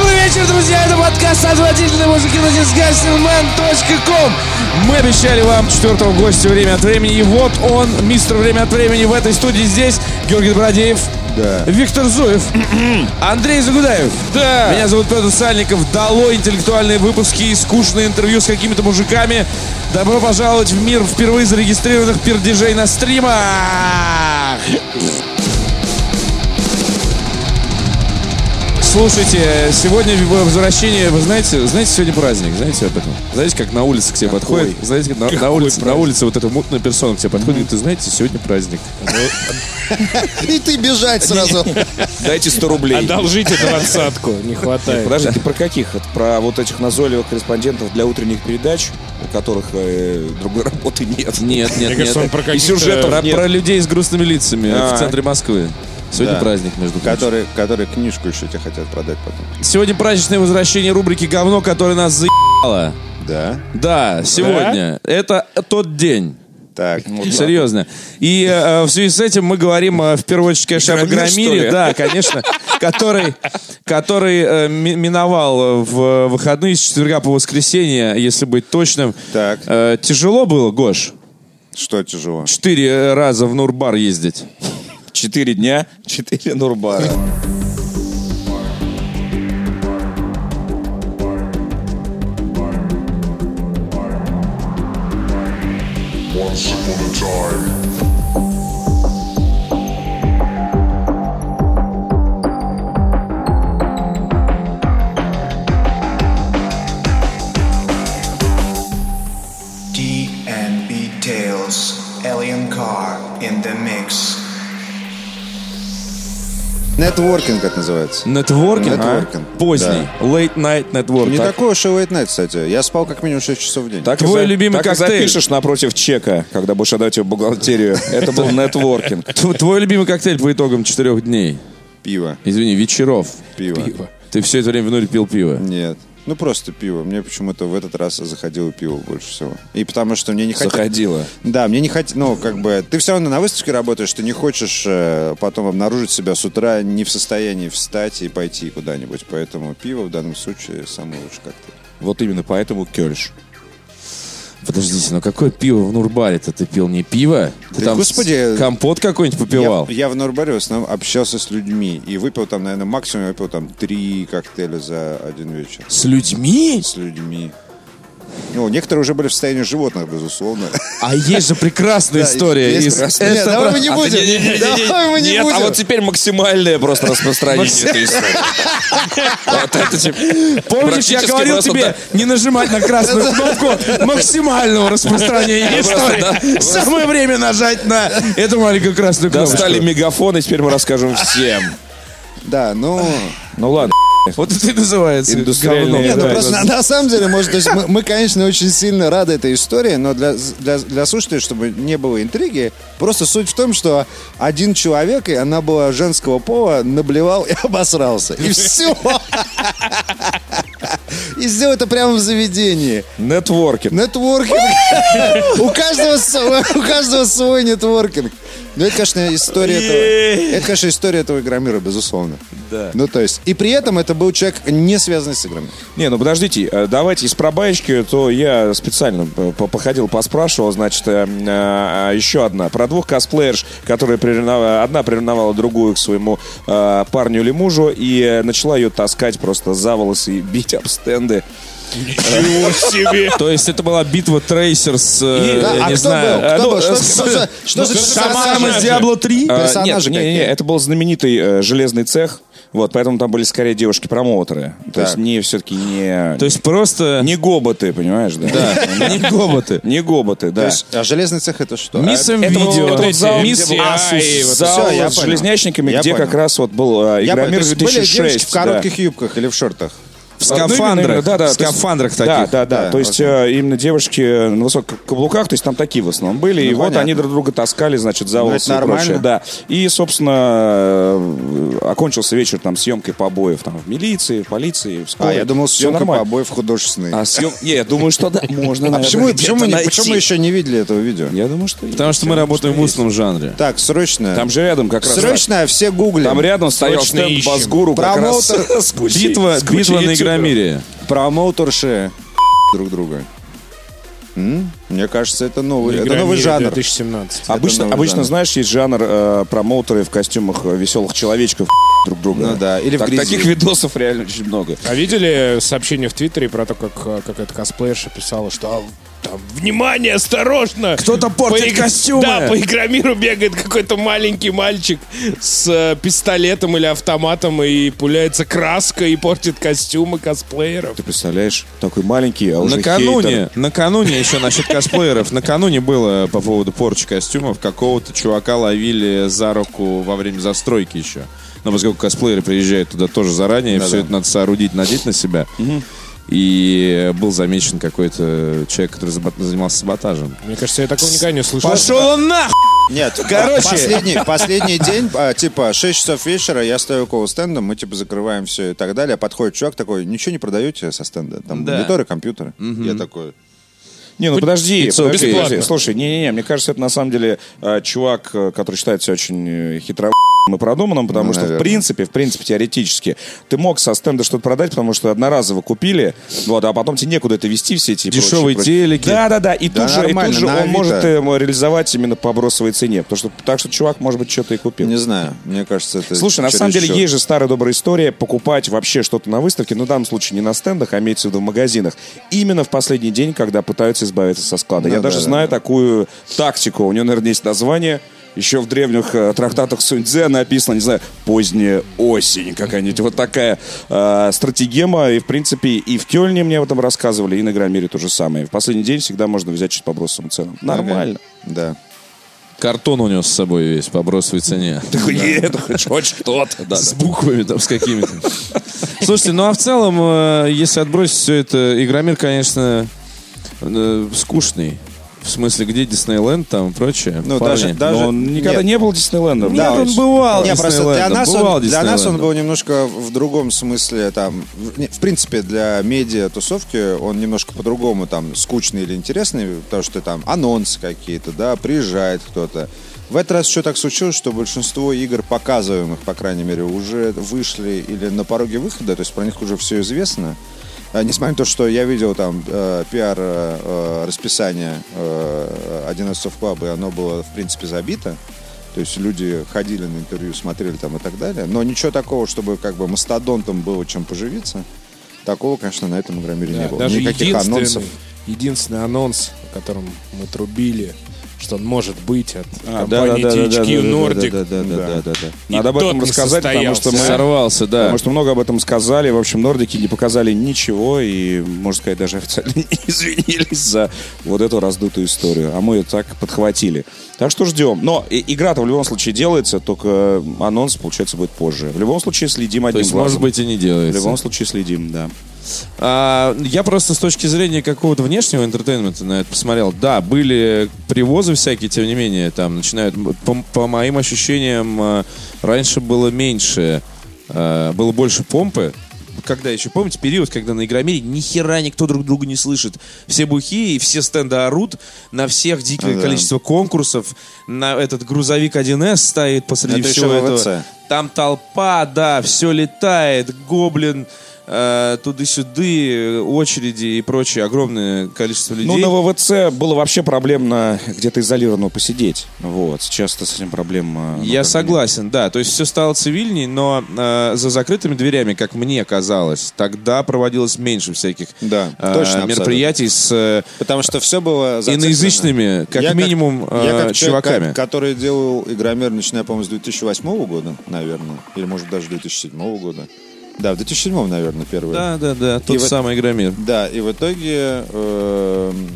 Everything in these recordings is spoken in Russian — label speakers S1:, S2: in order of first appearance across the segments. S1: вечер, друзья! Это подкаст «Отвратительные мужики» на disgustingman.com Мы обещали вам четвертого гостя время от времени. И вот он, мистер время от времени, в этой студии здесь. Георгий Бродеев.
S2: Да.
S1: Виктор Зуев. Андрей Загудаев. Да. Меня зовут Петр Сальников. Дало интеллектуальные выпуски и скучные интервью с какими-то мужиками. Добро пожаловать в мир впервые зарегистрированных пердежей на стримах. Слушайте, сегодня возвращение, вы знаете, знаете, сегодня праздник, знаете об этом? Знаете, как на улице к тебе подходит? Знаете, как на, на улице, на улице вот эта мутная персона к тебе подходит, говорит, ты знаете, сегодня праздник.
S2: И ты бежать сразу.
S3: Дайте 100 рублей.
S4: Одолжите двадцатку, не хватает.
S3: Подожди, ты про каких? Это Про вот этих назойливых корреспондентов для утренних передач, у которых э, другой работы нет.
S1: Нет, нет,
S4: Мне кажется, он
S1: нет.
S4: про
S3: И сюжетов
S1: Про,
S4: каких-то...
S3: нет.
S1: про людей с грустными лицами
S3: А.
S1: в центре Москвы. Сегодня
S2: Да.
S1: праздник, между прочим.
S2: Которые, которые книжку еще тебе хотят продать потом.
S1: Сегодня праздничное возвращение рубрики «Говно», которое нас заебало.
S2: Да.
S1: Да, сегодня. Это тот день.
S2: Так.
S1: Серьезно. И э, в связи с этим мы говорим э, в первую очередь, конечно, об
S3: Игромир, что
S1: Игромире,
S3: ли?
S1: да, конечно, который, который э, ми- миновал э, в выходные с четверга по воскресенье, если быть точным.
S2: Так.
S1: Э, тяжело было, Гош,
S2: Что тяжело?
S1: четыре раза в Нурбар ездить.
S3: Четыре дня, четыре Нурбара.
S5: Once upon a time,
S6: D&B Tales, Alien Car in the Mix.
S2: Нетворкинг это называется.
S1: Нетворкинг?
S2: Нетворкинг,
S1: А? Поздний. Late night network.
S2: Не
S1: Так.
S2: такое уж и late night, кстати. Я спал как минимум 6 часов в день.
S3: Так
S1: Твой
S3: и за-
S1: любимый
S3: так и
S1: коктейль.
S3: запишешь напротив чека, когда будешь отдать его в бухгалтерию. Это был нетворкинг.
S1: Тв- Твой любимый коктейль по итогам четырех дней.
S2: Пиво.
S1: Извини, вечеров.
S2: Пиво.
S1: Ты все это время в нуль пил пиво.
S2: Нет. Ну просто пиво. Мне почему-то в этот раз заходило пиво больше всего. И потому что мне не хотелось...
S3: Заходило.
S2: Да, мне не хотелось... Ну, как бы... Ты все равно на выставке работаешь, ты не хочешь э, потом обнаружить себя с утра не в состоянии встать и пойти куда-нибудь. Поэтому пиво в данном случае самое лучшее как-то.
S3: Вот именно поэтому кельш.
S1: Подождите, ну какое пиво в Нурбаре-то ты пил? Не пиво? Ты
S2: Да,
S1: там
S2: господи.
S1: с- компот какой-нибудь попивал?
S2: Я, я в Нурбаре в основном общался с людьми. И выпил там, наверное, максимум, я выпил там три коктейля за один вечер
S1: С людьми?
S2: с людьми. Ну, некоторые уже были в состоянии животных, безусловно.
S1: А есть же прекрасная история.
S2: Есть
S1: из- А
S2: красный- Нет,
S1: Это
S2: давай
S1: про-
S2: мы не будем. Давай мы не
S3: Нет, а вот
S2: будем.
S3: теперь максимальное просто распространение этой истории. Вот это типа...
S1: Помнишь, я
S3: практически
S1: говорил
S3: просто,
S1: тебе
S3: да.
S1: не нажимать на красную кнопку максимального распространения истории. Самое время нажать на эту маленькую красную
S3: Достали
S1: кнопку.
S3: мегафон, и теперь мы расскажем всем.
S2: Да, ну...
S3: Ну ладно.
S1: Вот это и называется.
S3: Индустриальные
S1: говном.
S2: Нет, ну
S3: Да,
S2: просто на, на самом деле, может, то есть мы, мы, конечно, очень сильно рады этой истории, но для, для, для слушателей, чтобы не было интриги, просто суть в том, что один человек, и она была женского пола, наблевал и обосрался. И все. И сделал это прямо в заведении.
S3: Нетворкинг.
S2: Нетворкинг. У каждого свой, у каждого свой нетворкинг. Ну, это, конечно, история этого. Это, конечно, история этого игромира, безусловно. Да. Ну, то есть. И при этом это был человек, не связанный с играми.
S3: Не, ну подождите, э, давайте из пробаечки, то я специально э, по- походил, поспрашивал, значит, э, м, э, еще одна. Про двух косплеерш, которые приревнова- одна приревновала другую к своему э, парню или мужу и э, начала ее таскать просто за волосы и бить об стенды.
S4: Ничего себе!
S1: То есть это была битва Трейсер с, э,
S2: Да,
S1: я
S2: а
S1: не
S2: кто
S1: знаю,
S2: был?
S1: э,
S2: Кто
S1: ну,
S2: был? Что-
S1: э,
S2: что-
S1: с-
S2: что- что за
S1: ну, шаманом
S2: персонажи? А,
S1: из Диабло 3?
S3: Э,
S2: Персонажи
S3: нет, не, не,
S2: какие?
S3: это был знаменитый э, железный цех, вот, поэтому там были скорее девушки-промоутеры. То есть не все-таки не...
S1: То есть просто
S3: Не гоботы, понимаешь, да?
S1: Да, не гоботы.
S3: Не гоботы,
S2: То
S3: да. А,
S2: есть, а железный цех это что?
S1: Мисс
S3: Это
S1: Видео,
S3: вот этот зал,
S1: Мисс
S3: где был
S1: Asus,
S3: Asus,
S1: зал
S3: зал
S2: Всё, я
S3: с
S2: понял.
S3: железнячниками,
S2: Я
S3: где
S2: понял.
S3: как раз вот был э,
S2: Я понял,
S3: Игромир
S2: то есть были девочки
S3: 2006.
S2: в
S3: да. Ну,
S2: коротких юбках или в шортах?
S1: В скафандрах.
S3: да, да,
S1: в скафандрах
S3: Да,
S1: таких.
S3: да, да. То есть э, именно девушки на высоких каблуках, то есть там такие в основном были. и
S2: Ну,
S3: вот
S2: понятно.
S3: они друг друга таскали, значит, за
S2: Ну,
S3: волосы
S2: это
S3: и прочее.
S2: нормально.
S3: Да. И, собственно, э, окончился вечер там съемкой побоев там в милиции, в полиции, в скорой.
S2: А, я думал,
S3: Всё
S2: съемка
S3: нормально.
S2: побоев художественный.
S3: А
S2: А,
S3: съем... Не, я думаю, что да, можно, наверное,
S2: почему, почему, мы,
S3: где-то
S2: не- почему мы
S3: найти.
S2: еще не видели этого видео?
S3: Я думаю, что... есть.
S1: Потому что мы работаем в устном жанре.
S2: Так, срочно.
S3: Там же рядом как раз...
S2: срочно все гуглим.
S3: Там рядом стоял
S4: Срочно
S3: стенд
S4: ищем.
S3: Базгуру как раз
S2: Промоутер.
S3: с кучей-
S1: Битва,
S3: с кучей
S1: битва на
S3: ютуберов.
S1: Игромире.
S2: Промоутерши друг друга. М? Мне кажется, это новый, это новый жанр.
S4: 2017.
S3: Обычно,
S2: новый
S3: обычно
S2: жанр.
S3: знаешь, есть жанр э, промоутеры в костюмах э, веселых человечков друг друга.
S2: Ну да, или в
S3: Так-
S2: грязи.
S3: Таких видосов реально очень много.
S4: А видели сообщение в Твиттере про то, как э, какая-то косплеерша писала, что а, там, внимание, осторожно!
S1: Кто-то портит
S4: игр-
S1: костюмы!»
S4: Да, по игромиру бегает какой-то маленький мальчик с э, пистолетом или автоматом и пуляется краской и портит костюмы косплееров.
S3: Ты представляешь, такой маленький, а уже
S1: накануне,
S3: хейтер.
S1: накануне еще насчет косплееров, накануне было по поводу порчи костюмов, какого-то чувака ловили за руку во время застройки еще. Но поскольку косплееры приезжают туда тоже заранее, все это надо соорудить, надеть на себя. И был замечен какой-то человек, который заба- занимался саботажем.
S4: Мне кажется, я такого никогда не слышал.
S1: он нахуй!
S2: Нет, короче. Последний, последний день, а, типа, 6 часов вечера, я стою около стенда, мы, типа, закрываем все и так далее. Подходит чувак такой, ничего не продаете со стенда? Там
S1: Да.
S2: мониторы, компьютеры. Я такой...
S3: Не, ну подожди, подожди,
S4: бесплатно.
S3: подожди. Слушай, не-не-не, мне кажется, это на самом деле э, чувак, э, который считает себя очень э, хитро и продуманным, потому
S2: Ну,
S3: что
S2: наверное.
S3: в принципе, в принципе, теоретически, ты мог со стенда что-то продать, потому что одноразово купили, вот, а потом тебе некуда это вести все эти
S1: Дешевые телеки.
S3: Да-да-да, и,
S2: Да
S3: тут же, и тут
S2: нормально,
S3: же
S2: на
S3: он
S2: Авито.
S3: может э, м, реализовать именно по бросовой цене, потому что так что чувак, может быть, что-то и купил.
S2: Не знаю, мне кажется, это...
S3: Слушай, на самом деле
S2: чересчур.
S3: есть же старая добрая история покупать вообще что-то на выставке, но в данном случае не на стендах, а имеется в виду в магазинах. Именно в последний день, когда пытаются избавиться со склада.
S2: Ну
S3: Я
S2: да,
S3: даже
S2: да,
S3: знаю такую тактику. У нее, наверное, есть название. Еще в древних э, трактатах Суньцзе написано, не знаю, поздняя осень какая-нибудь. Вот такая э, стратегема. И, в принципе, и в Кёльне мне об этом рассказывали, и на Громире то же самое. В последний день всегда можно взять чуть по бросовым ценам. Нормально.
S2: Да.
S1: Картон унес с собой весь по бросовой цене.
S3: Такой, «Нет, хоть- хоть что-то. Да,
S1: С буквами там, с какими-то. Слушайте, ну а в целом, э, если отбросить все это, Игромир, конечно, э, скучный. В смысле, где Диснейленд там и прочее.
S2: Ну,
S1: Парни.
S2: даже- даже-
S3: Но он никогда
S2: Нет.
S3: не был Диснейлендом.
S1: Нет,
S2: Да,
S1: он
S2: очень.
S1: бывал
S2: Не, просто для
S1: Диснейлендом,
S2: нас,
S1: бывал
S2: он, для нас он
S1: Диснейлендом.
S2: был немножко в другом смысле, там, в, не, в принципе, для медиа-тусовки он немножко по-другому, там, скучный или интересный, потому что там анонсы какие-то, да, приезжает кто-то. В этот раз еще так случилось, что большинство игр, показываемых, по крайней мере, уже вышли или на пороге выхода, то есть про них уже все известно. А, Несмотря на то, что я видел там э, пиар э, э, расписание э, 11 клаба, и оно было, в принципе, забито. То есть люди ходили на интервью, смотрели там и так далее. Но ничего такого, чтобы как бы мастодонтом было чем поживиться, такого, конечно, на этом Игромире не было.
S4: Даже
S2: Никаких
S4: единственный-
S2: анонсов.
S4: Единственный анонс, о котором мы трубили, что он может быть от
S3: А,
S4: компании
S3: да-да-да-да-да-да-да-да-да-да-да-да-да.
S4: THQ Nordic. И
S3: Надо об этом
S4: тот не
S3: рассказать, потому что мы...
S4: состоялся.
S1: Сорвался, да.
S3: Потому что много об этом сказали. В общем, нордики не показали ничего и, можно сказать, даже официально не извинились за вот эту раздутую историю. А мы ее так подхватили. Так что ждем. Но и- игра-то в любом случае делается, только анонс, получается, будет позже. В любом случае следим
S1: То
S3: одним
S1: есть, может
S3: глазом.
S1: быть, и не
S3: В
S1: делается.
S3: любом случае следим, да.
S1: А, я просто с точки зрения какого-то внешнего интертеймента на это посмотрел. Да, были привозы всякие, тем не менее, там начинают. По, по моим ощущениям, э, раньше было меньше, э, было больше помпы. Когда еще, помните, период, когда на Игромире ни хера никто друг друга не слышит. Все бухие, и все стенды орут, на всех дикое количество конкурсов, на этот грузовик 1С стоит посреди
S2: Это
S1: всего
S2: еще
S1: этого.
S2: ВВЦ.
S1: Там толпа, да, все летает, гоблин, э, туды-сюды, очереди и прочее, огромное количество людей.
S3: Ну, на ВВЦ было вообще проблемно где-то изолированно посидеть. Вот, сейчас-то с этим проблем... э, ну,
S1: Я
S3: как бы
S1: согласен, да. То есть все стало цивильней, но э, за закрытыми дверями, как мне казалось, тогда проводилось меньше всяких
S2: Да,
S1: э,
S2: точно,
S1: мероприятий с э,
S2: Потому что все было зациклено.
S1: иноязычными, как
S2: Я
S1: минимум,
S2: я
S1: э,
S2: как человек,
S1: чуваками.
S2: ко- который делал Игромир, начиная, по-моему, с 2008 года, наверное. Или, может, даже 2007 года. Да, в 2007, наверное, первый.
S1: Да, да, да, тот
S2: вот-
S1: самый Игромир.
S2: Да, и в итоге эм,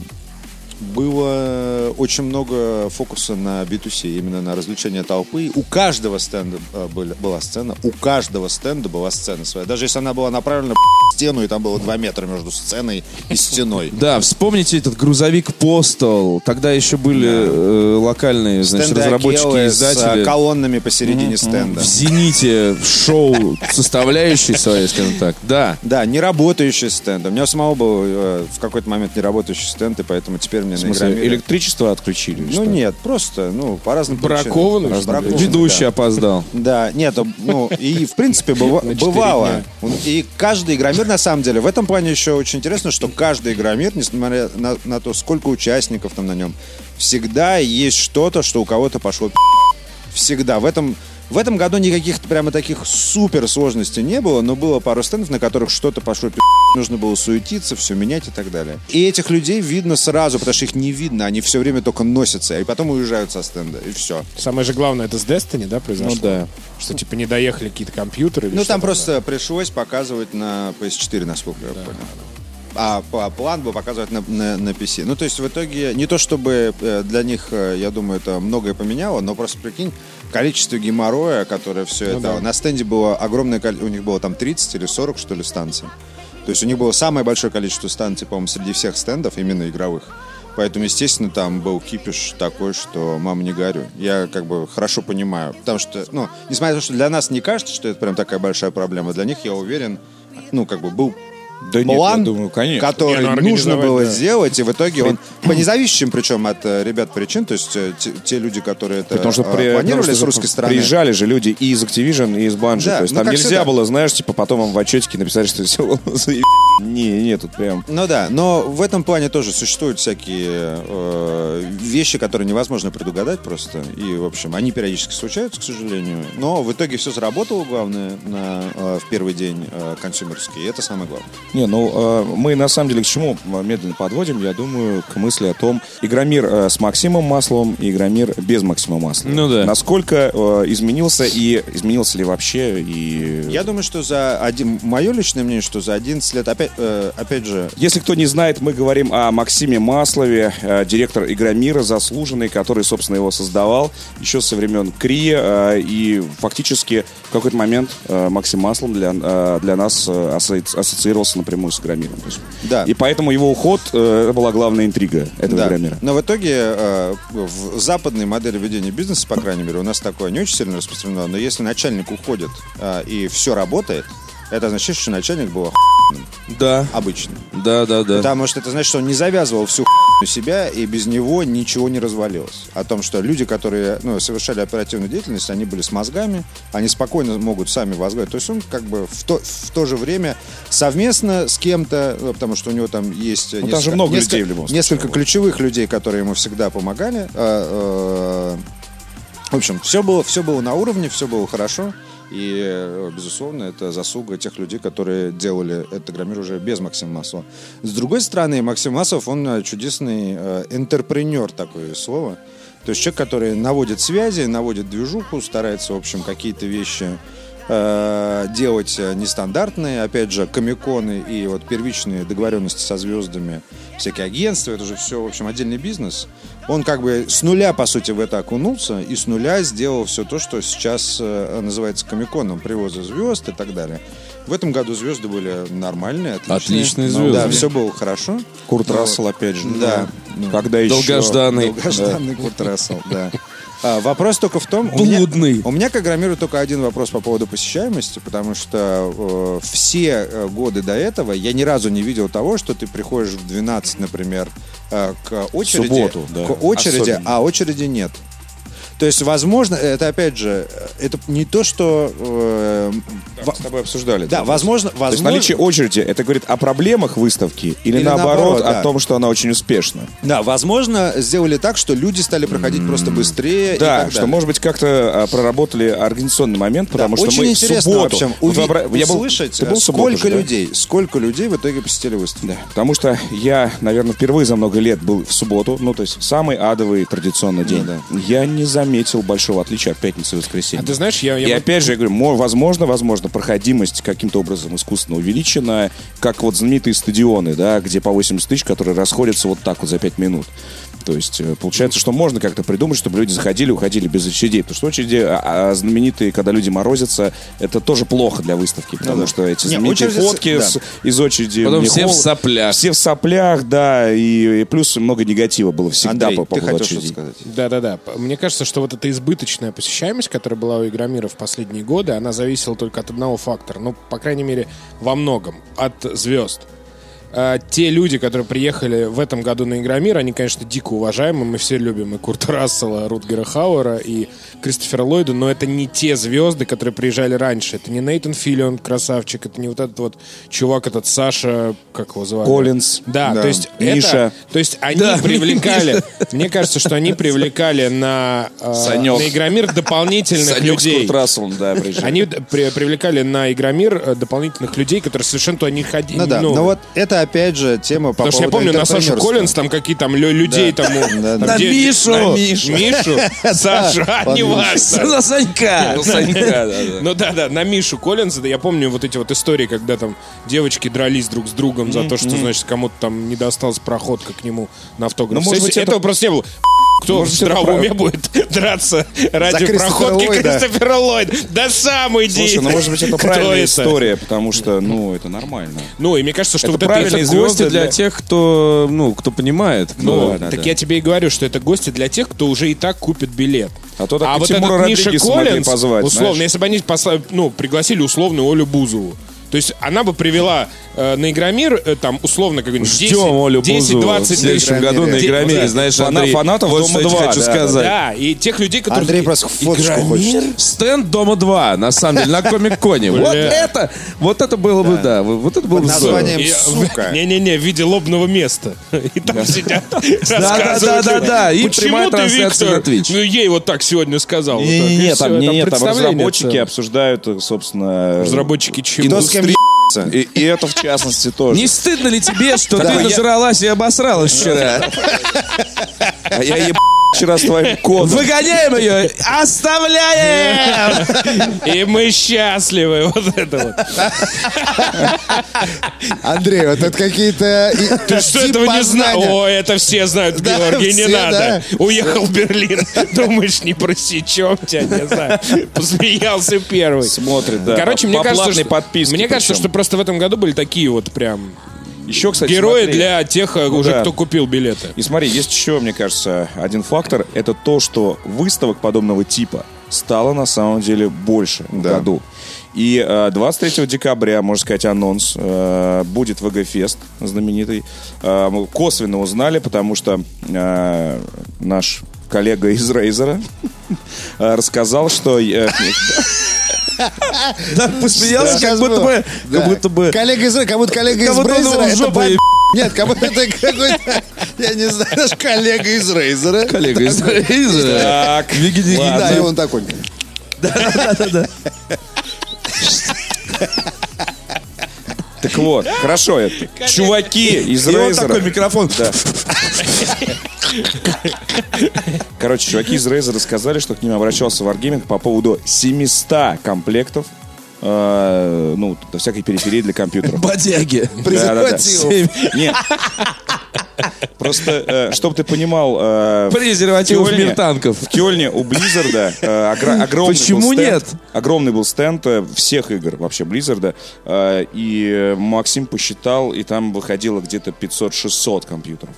S2: было очень много фокуса на B2C, именно на развлечение толпы. У каждого стенда э, были- была сцена, у каждого стенда была сцена своя. Даже если она была направлена в стену, и там было 2 метра между сценой и стеной.
S1: Да, вспомните этот грузовик Постол. Тогда еще были э, локальные, значит,
S2: Стенды
S1: разработчики и
S2: Акелы с э,
S1: издатели.
S2: колоннами посередине стенда.
S1: В «Зените» в шоу составляющей своей, скажем так. Да.
S2: Да, не работающий стенд. У меня у самого был э, в какой-то момент не работающий стенд, и поэтому теперь мне наигромили.
S3: электричество отключили?
S2: Ну нет, просто, ну, по разным
S4: Бракованный,
S2: причинам.
S4: что ли?
S3: ну,
S2: Бракованный,
S1: Ведущий
S2: да.
S1: опоздал.
S2: Да, нет, ну, и в принципе быва-
S4: четыре
S2: бывало. И каждый игромир, на самом деле, в этом плане еще очень интересно, что каждый игромир, несмотря на, на то, сколько участников там на нем, всегда есть что-то, что у кого-то пошло пи***. Всегда. В этом, в этом году никаких прямо таких супер сложностей не было, но было пару стендов, на которых что-то пошло пи***. Нужно было суетиться, все менять и так далее. И этих людей видно сразу, потому что их не видно, они все время только носятся, и потом уезжают со стенда, и все.
S4: Самое же главное, это с Destiny, да, произошло?
S1: Ну да.
S4: Что, типа, не доехали какие-то компьютеры? или
S2: Ну, там
S4: что-то,
S2: просто пришлось показывать на PS4, насколько я понял. А по- план был показывать на, на, на PC. Ну, то есть в итоге, не то чтобы э, для них, э, я думаю, это многое поменяло, но просто прикинь, количество геморроя, которое все это... На стенде было огромное количество, у них было там 30 или 40, что ли, станций. То есть у них было самое большое количество станций, по-моему, среди всех стендов, именно игровых. Поэтому, естественно, там был кипиш такой, что мама не горю. Я как бы хорошо понимаю. Потому что, ну, несмотря на то, что для нас не кажется, что это прям такая большая проблема, для них, я уверен, ну, как бы был
S3: Да нет,
S2: план,
S3: я думаю, конечно.
S2: который
S4: Не, ну,
S2: нужно
S4: организовать,
S2: было
S4: да.
S2: сделать, и в итоге он по независимым, причем от э, ребят причин, то есть э, те, те люди, которые это
S3: Потому что,
S2: э,
S3: при- потому
S2: планировали
S3: что
S2: с русской стороны,
S3: приезжали же люди и из Activision, и из Bungie.
S2: Да,
S3: То есть
S2: ну,
S3: там
S2: как
S3: нельзя
S2: всегда.
S3: было, знаешь, типа потом вам в отчетике написать, что все, заеб- Не, не, тут прям...
S2: Ну да, но в этом плане тоже существуют всякие э, вещи, которые невозможно предугадать просто. И, в общем, они периодически случаются, к сожалению. Но в итоге все сработало, главное, на, э, в первый день э, консюмерский. И это самое главное.
S3: Не, ну э, мы на самом деле к чему медленно подводим, я думаю, к мысли о том, игромир э, с Максимом Масловым и игромир без Максима Маслова.
S1: Ну да.
S3: Насколько э, изменился и изменился ли вообще и...
S2: Я думаю, что за один... Мое личное мнение, что за 11 лет... Опять, э, опять же,
S3: Если кто не знает, мы говорим о Максиме Маслове, э, директор Игромира, заслуженный, который, собственно, его создавал еще со времен Крии. э, И фактически в какой-то момент э, Максим Маслов для, э, для нас э, ассоци- ассоциировался напрямую с Игромиром. То есть-
S2: Да.
S3: И поэтому его уход э, это была главная интрига этого
S2: Да.
S3: Игромира.
S2: Но в итоге э, в западной модели ведения бизнеса, по крайней мере, у нас такое не очень сильно распространено. Но если начальник уходит э, и все работает, это означает, что начальник был охуенным,
S1: Да,
S2: обычным.
S1: да, да, да.
S2: Потому что это значит, что он не завязывал всю хуйню себя, и без него ничего не развалилось. О том, что люди, которые ну, совершали оперативную деятельность, они были с мозгами, они спокойно могут сами возглавить. То есть он как бы в то, в то же время совместно с кем-то, ну, потому что у него там есть... Ну,
S3: там же много людей в любом случае.
S2: Несколько ключевых людей, которые ему всегда помогали. э, э, в общем, все было, все было на уровне, все было хорошо. И, э, безусловно, это заслуга тех людей, которые делали этот граммир уже без Максима Маслова. С другой стороны, Максим Маслов, он э, чудесный э, интерпренер, такое слово. То есть человек, который наводит связи, наводит движуху, старается, в общем, какие-то вещи э, делать э, нестандартные, опять же, комиконы и вот первичные договоренности со звездами, всякие агентства, это же все, в общем, отдельный бизнес. Он как бы с нуля, по сути, в это окунулся и с нуля сделал все то, что сейчас э, называется комиконом, привозы звезд и так далее. В этом году звезды были нормальные, отличные.
S1: Отличные
S2: Ну, Да,
S1: звезды.
S2: все было хорошо.
S3: Курт
S2: Ну,
S3: Рассел, опять же.
S2: Да.
S3: Ну, Когда еще...
S1: Долгожданный.
S2: Долгожданный Курт Рассел, да. А, вопрос только в том...
S1: Блудный.
S2: У меня, у меня к Агромиру только один вопрос по поводу посещаемости, потому что э, все э, годы до этого я ни разу не видел того, что ты приходишь в 12, например, э, к очереди...
S3: субботу, да.
S2: К очереди,
S3: Особенно.
S2: а очереди нет. То есть, возможно, это опять же, э, это не то, что... э,
S3: Мы
S2: во-
S3: С тобой обсуждали.
S2: да, возможно,
S3: То есть
S2: возможно...
S3: наличие очереди, это говорит о проблемах выставки или,
S2: Или
S3: наоборот,
S2: наоборот, да.
S3: о том, что она очень успешна?
S2: Да, возможно, сделали так, что люди стали проходить просто быстрее. и так
S3: Да,
S2: далее.
S3: что, может быть, как-то а, проработали организационный момент, потому что
S2: очень
S3: мы
S2: интересно,
S3: субботу...
S2: в общем,
S3: Вот
S2: уви-
S3: вообра- я был-
S2: услышать,
S3: ты был в субботу
S2: сколько
S3: же, да?
S2: людей, сколько людей в итоге посетили выставку.
S3: Да, потому что я,
S2: Ну
S3: наверное, впервые за много лет был в субботу, ну, то есть самый адовый традиционный день. Я не заметил большого отличия от пятницы и воскресенья.
S4: А ты знаешь, я... я
S3: И
S4: вот-
S3: опять же, я говорю, мо- возможно, возможно, проходимость каким-то образом искусственно увеличена, как вот знаменитые стадионы, да, где по 80 тысяч, которые расходятся вот так вот за 5 минут. То есть э, получается, что можно как-то придумать, чтобы люди заходили, уходили без очередей. Потому что очереди а, а, знаменитые, когда люди морозятся, это тоже плохо для выставки, потому что эти
S2: Не,
S3: знаменитые
S2: очереди с-
S3: фотки
S2: да.
S3: с- из очереди.
S1: Потом
S3: мне
S1: все в
S3: холодно.
S1: соплях.
S3: Все в соплях, да, и, и плюс много негатива было всегда
S2: Андрей,
S3: по
S2: ты
S3: поводу
S2: хотел
S3: очередей.
S2: что-то сказать?
S4: Да-да-да. П- Мне кажется, что вот эта избыточная посещаемость, которая была у Игромира в последние годы, она зависела только от одного фактора. Ну, по крайней мере, во многом. От звезд. А, те люди, которые приехали в этом году на Игромир, они, конечно, дико уважаемы. Мы все любим и Курта Рассела, Рутгера Хауэра и Кристофера Ллойда, но это не те звезды, которые приезжали раньше. Это не Нейтан Филлион, красавчик, это не вот этот вот чувак, этот Саша, как его звали?
S3: Коллинз.
S4: Да,
S3: Да.
S4: то есть
S3: Миша.
S4: это... То есть они привлекали... Мне кажется, что они привлекали на, э,
S3: Санёк.
S4: на Игромир дополнительных
S3: Санёк с
S4: людей.
S3: Курт Расселом, да, приезжал.
S4: Они д- при- привлекали на Игромир э, дополнительных людей, которые совершенно туда не ходили.
S2: Ну да, но вот это опять же тема по
S4: Потому что я
S2: поводу
S4: помню, на Сашу
S2: интерпренерства.
S4: Коллинз там какие там лю- людей
S2: Да.
S4: там... у-
S2: Да,
S4: там
S2: да.
S1: На
S4: где-
S1: Мишу!
S4: На Мишу! Мишу? Саша, а
S2: ладно, Миша.
S4: неважно.
S1: На Санька.
S4: Ну да, да, на Мишу Коллинза, да, я помню вот эти вот истории, когда там девочки дрались друг с другом за то, что, значит, кому-то там не досталась проходка к нему на автограф.
S3: Ну, может быть,
S4: Сессии.
S3: это-
S4: этого просто не было. Кто в
S3: Может, это
S4: здравом
S3: прав-
S4: уме будет драться ради
S2: Кристофера
S4: проходки
S2: Ллойда.
S4: Кристофера Ллойда? Да сам иди!
S3: Слушай, ну может быть это
S4: Кто
S3: правильная
S4: это?
S3: история, потому что, ну, это нормально.
S4: Ну, и мне кажется, что
S3: Это
S4: вот это...
S3: правильные
S4: это
S3: звезды
S4: гости
S1: Для тех, кто, ну, кто понимает.
S4: Ну,
S3: Да, да,
S4: так
S3: да.
S4: я тебе и говорю, что это гости для тех, кто уже и так купит билет.
S3: А то так и
S4: вот
S3: Тимура
S4: этот Миша
S3: Родригеса могли
S4: Коллинз,
S3: позвать,
S4: условно,
S3: знаешь.
S4: если бы они посла- ну, пригласили условную Олю Бузову. То есть она бы привела э, на Игромир э, там условно как-нибудь 10,
S1: Ждем Олю Бузову
S4: 10-20
S1: в следующем
S4: тысяч.
S1: году на
S4: Де-
S1: Игромире,
S4: да.
S1: знаешь,
S3: Фана-
S1: Андрей,
S3: фанатов
S1: вот
S3: «Дома
S1: что я тебе
S3: 2»,
S1: хочу
S3: да,
S1: сказать.
S4: Да, и тех людей, которые...
S2: Андрей просто фоточку хочет.
S1: Стенд Дома 2, на самом деле, на Комик-Коне. Вот
S4: Бля.
S1: это, вот это было бы, да, вот это было бы здорово.
S2: Названием
S4: И- э,
S2: «Сука».
S4: Не-не-не, в виде лобного места. И там сидят,
S1: да,
S4: рассказывают.
S1: да, да, да, и прямая
S4: Почему ты,
S1: трансляция
S4: Виктор,
S1: на Twitch?
S4: ну ей вот так сегодня сказал? вот
S3: Не,
S4: так,
S3: не,
S4: и
S3: не,
S4: всё,
S3: там, не, не, там
S4: представление
S3: разработчики
S4: целое.
S3: обсуждают, э, собственно,
S4: Разработчики чего?
S2: Кто с кем
S3: э, и, и это в частности тоже.
S1: Не стыдно ли тебе, что
S3: Да,
S1: ты
S3: я-
S1: нажралась и обосралась вчера?
S3: А я еб... вчера с твоим кодом.
S1: Выгоняем ее, оставляем! Эм.
S4: И мы счастливы. Вот это вот.
S2: Андрей, вот это какие-то... и- типа
S4: Ты что
S2: тип
S4: этого не знал?
S2: познания.
S4: О, это все знают,
S2: Да,
S4: Георгий, не
S2: все,
S4: надо. Уехал в Берлин. Думаешь, не просечем тебя, не знаю. Посмеялся первый.
S3: Смотрит, да.
S4: Короче,
S3: По-
S4: мне
S3: по
S4: кажется,
S3: платной
S4: что,
S3: подписке
S4: мне кажется,
S3: причем.
S4: что просто в этом году были такие вот прям
S3: Еще, кстати,
S4: герои
S3: смотри. Ну
S4: для тех, э, уже
S3: да.
S4: кто купил билеты.
S3: И смотри, есть еще, мне кажется, один фактор. Это то, что выставок подобного типа стало на самом деле больше в году. И э, 23 декабря, можно сказать, анонс э, будет ВГ-фест знаменитый. Э, мы косвенно узнали, потому что э, наш коллега из Рейзера э, рассказал, что... э,
S1: Да, посмеялся, как
S2: Сейчас
S1: будто
S2: было.
S1: бы,
S2: Да.
S1: как будто бы...
S2: Коллега из... Как будто коллега
S1: Как
S2: из
S1: будто он его
S2: Брейзера...
S1: в
S2: это
S1: жопу
S2: баб-
S1: еб-
S2: Нет, как будто это какой-то... Я не знаю, наш коллега из Рейзера.
S1: Коллега из Рейзера.
S3: Так,
S2: Да,
S3: ладно.
S2: и он такой...
S3: Так вот, хорошо это. Чуваки из
S1: И вот
S3: Razer.
S1: такой микрофон.
S3: Короче, чуваки из Razer рассказали, что к ним обращался Wargaming по поводу 700 комплектов э, ну, до всякой периферии для компьютеров.
S1: Бодяги.
S2: Презервативов.
S1: Семь.
S3: Нет. Просто, чтобы ты понимал, э, в
S1: Презервативов
S3: Тёльне-
S1: мир танков.
S3: В Кёльне у Близзарда э, огромный
S1: Почему
S3: был стенд,
S1: нет?
S3: Огромный был стенд э, всех игр вообще Близзарда. э, И э, Максим посчитал, и там выходило где-то 500-600 компьютеров.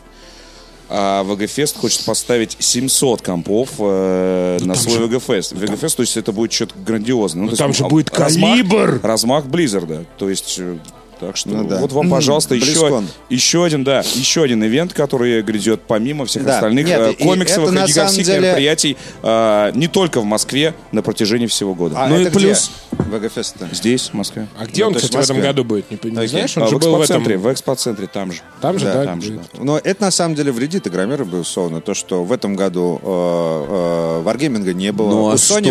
S3: А ВГФест хочет поставить 700 компов э, на свой ВГФест. ВГФест, то есть это будет что-то грандиозное. Ну, то есть
S4: там же
S3: ал-
S4: будет
S3: размах-
S4: калибр!
S3: Размах Близзарда. То есть... э, Так что
S2: Ну да.
S3: вот вам, пожалуйста, еще,
S2: Близкон.
S3: еще один, да, еще один ивент, который грядет помимо всех
S2: Да.
S3: остальных
S2: Нет,
S3: э,
S2: и
S3: комиксовых
S2: это
S3: и,
S2: на самом
S3: гигантских
S2: деле-
S3: мероприятий э, не только в Москве на протяжении всего года.
S2: А
S3: ну и
S2: это где?
S3: плюс
S2: ВГФест-то.
S3: здесь, в Москве.
S4: А где он,
S2: то есть
S4: кстати, в этом
S2: Москва.
S4: году будет? Не, пон- не знаешь, он
S3: А,
S4: же
S3: в
S4: был в
S3: экспоцентре,
S4: этом.
S3: в экспоцентре, там же.
S4: Там же, да?
S3: там же, да.
S2: Но это на самом деле вредит игромерам, безусловно, то, что в этом году э, э, варгейминга не было.
S1: Ну, а
S2: у Sony
S1: что?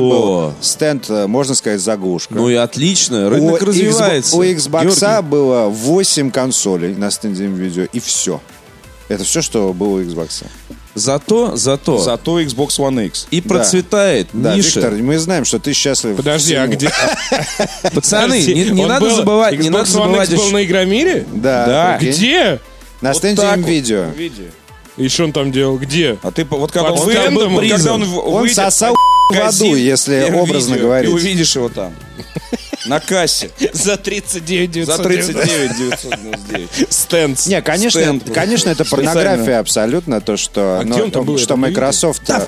S2: был стенд, э, можно сказать, заглушка.
S1: Ну и отлично, рынок
S2: у а?
S1: развивается.
S2: Xbox, у Xbox
S1: Георгий.
S2: было 8 консолей на стенде видео, и все. Это все, что было у Xbox.
S1: Зато, зато.
S3: Зато Xbox One X.
S1: И процветает
S2: Да,
S1: ниша.
S2: Виктор, мы знаем, что ты счастлив.
S4: Подожди, а
S2: всему.
S4: где?
S1: Пацаны, не, не
S4: Он
S1: надо
S4: был-
S1: забывать, не
S4: Xbox
S1: надо
S4: One
S1: забывать.
S4: X был
S1: еще-
S4: на Игромире?
S2: Да.
S3: Да.
S2: окей.
S4: Где?
S2: На стенде
S3: так
S2: им
S3: вот.
S2: видео.
S4: И что он там делал? Где?
S3: А ты по- вот когда
S4: Под
S3: он, выйдет,
S4: стендом
S3: когда
S4: призом.
S3: он в-
S2: Он
S3: выйдет,
S2: сосал в аду,
S3: магазин,
S2: если
S3: первое
S2: образно
S3: видео,
S2: говорить.
S3: Ты увидишь его там. На кассе.
S4: За 39
S3: За 39 999.
S4: Стенд.
S2: Не, конечно,
S3: Стенд
S2: это- конечно, это
S3: специально.
S2: порнография абсолютно, то, что,
S4: А где он там был?
S2: что
S4: Это было
S2: Microsoft... э,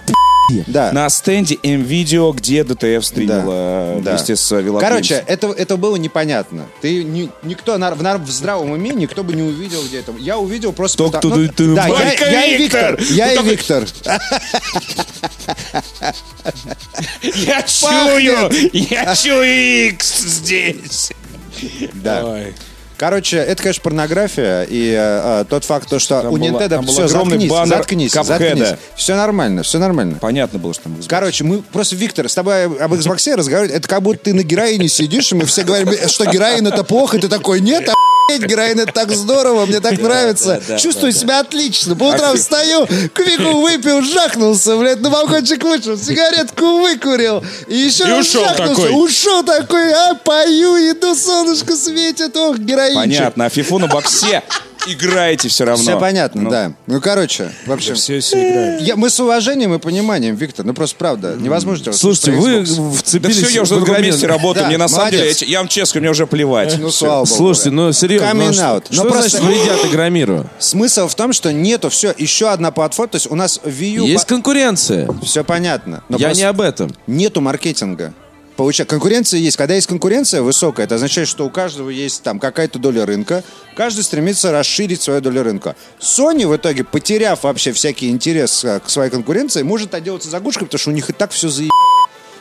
S2: Да.
S3: На стенде М-видео, где ДТФ стримила э,
S2: Да.
S3: вместе с э, Велопинсом.
S2: Короче, это, это было непонятно. Ты ни- никто нар- в, нар- в здравом уме никто бы не увидел, где это. Я увидел просто.
S3: Только
S2: потому- Ну,
S3: ты- ты-
S2: да, я,
S4: Только
S2: я и
S4: Виктор!
S2: Виктор. Я и
S4: Только-
S2: Виктор.
S4: Я чую! Я чую X здесь!
S2: Да. Короче, это, конечно, порнография. И э, э, тот факт, то, что
S3: Там
S2: у
S3: была-
S2: Nintendo
S3: там был
S2: все
S3: огромный
S2: заткнись,
S3: баннер
S2: заткнись,
S3: Cuphead'а.
S2: заткнись. Все нормально, все нормально.
S3: Понятно было, что там Xbox.
S2: Короче, мы просто, Виктор, с тобой об Xbox разговаривать, это как будто ты на героине сидишь, и мы все говорим, «Э, что героин это плохо, и ты такой, нет, охуеть, героин это так здорово, мне так нравится, чувствую себя отлично, по утрам встаю, квику выпил, жахнулся, блядь, на балкончик вышел, сигаретку выкурил, и еще
S4: И
S2: раз
S4: ушел
S2: жахнулся,
S4: такой.
S2: ушел такой, а, пою, иду, солнышко светит, ох, героинчик.
S3: Понятно, а фифу на боксе играете все равно.
S2: Все понятно,
S3: Ну,
S2: да. Ну, короче, вообще,
S4: Все все играют.
S2: я- мы с уважением и пониманием, Виктор, ну просто правда, невозможно. тебе
S1: Слушайте,
S2: рассуждать про
S1: вы
S2: Xbox.
S3: Да
S1: вцепились
S3: все, я уже на
S1: в
S3: другом
S1: аргумент.
S3: месте работаю.
S2: Да,
S3: Мне на самом деле, я,
S2: молодец.
S3: ч- я вам честно, мне уже плевать.
S2: Ну, слава богу.
S1: Слушайте, ну серьезно, ну,
S2: Coming
S1: что-
S2: out.
S1: что
S2: Ну, просто-
S1: значит вредят Игромиру?
S2: Смысл в том, что нету все, еще одна платформа. А То есть у нас Wii U...
S1: Есть конкуренция.
S2: Все понятно. Но
S1: я
S2: Ну, просто
S1: не об этом.
S2: нету маркетинга. Получа... Конкуренция есть. Когда есть конкуренция высокая, это означает, что у каждого есть там какая-то доля рынка. Каждый стремится расширить свою долю рынка. Sony в итоге, потеряв вообще всякий интерес э, к своей конкуренции, может отделаться заглушкой, потому что у них и так все заеб...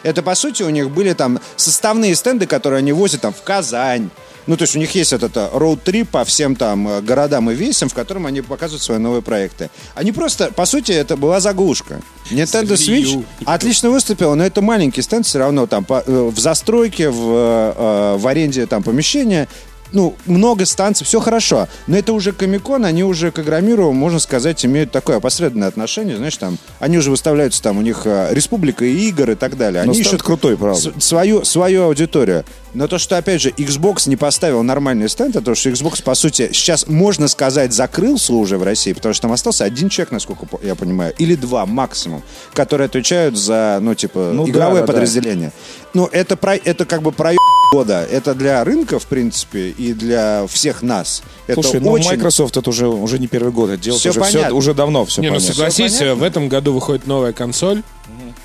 S2: Это, по сути, у них были там составные стенды, которые они возят там в Казань. Ну, то есть у них есть этот роуд-трип по всем там э, городам и весям, в котором они показывают свои новые проекты. Они просто, по сути, это была заглушка. Nintendo Switch отлично выступила, но это маленький стенд все равно там по- э, в застройке, в, э, в аренде там помещения. Ну, много станций, все хорошо. Но это уже Комикон, они уже к Игромиру, можно сказать, имеют такое опосредованное отношение. Знаешь, там, они уже выставляются, там, у них э, республика игр и так далее.
S3: Ну,
S2: Они
S3: стенд
S2: ищут
S3: крутой, правда.
S2: с- свою, свою аудиторию. Но то, что, опять же, Xbox не поставил нормальный стенд, это то, что Xbox, по сути, сейчас, можно сказать, закрылся уже в России, потому что там остался один человек, насколько по- я понимаю, или два максимум, которые отвечают за, ну, типа,
S3: Ну, да,
S2: игровое
S3: да, да.
S2: подразделение. Ну, это, про, это как бы проеб года. Это для рынка, в принципе, и для всех нас.
S3: Слушай,
S2: это
S3: ну
S2: очень...
S3: Microsoft это уже, уже не первый год это делает.
S2: Всё
S3: уже,
S2: понятно.
S3: всё- уже давно все
S4: Не, ну
S3: понятно.
S4: согласись, в этом году выходит новая консоль.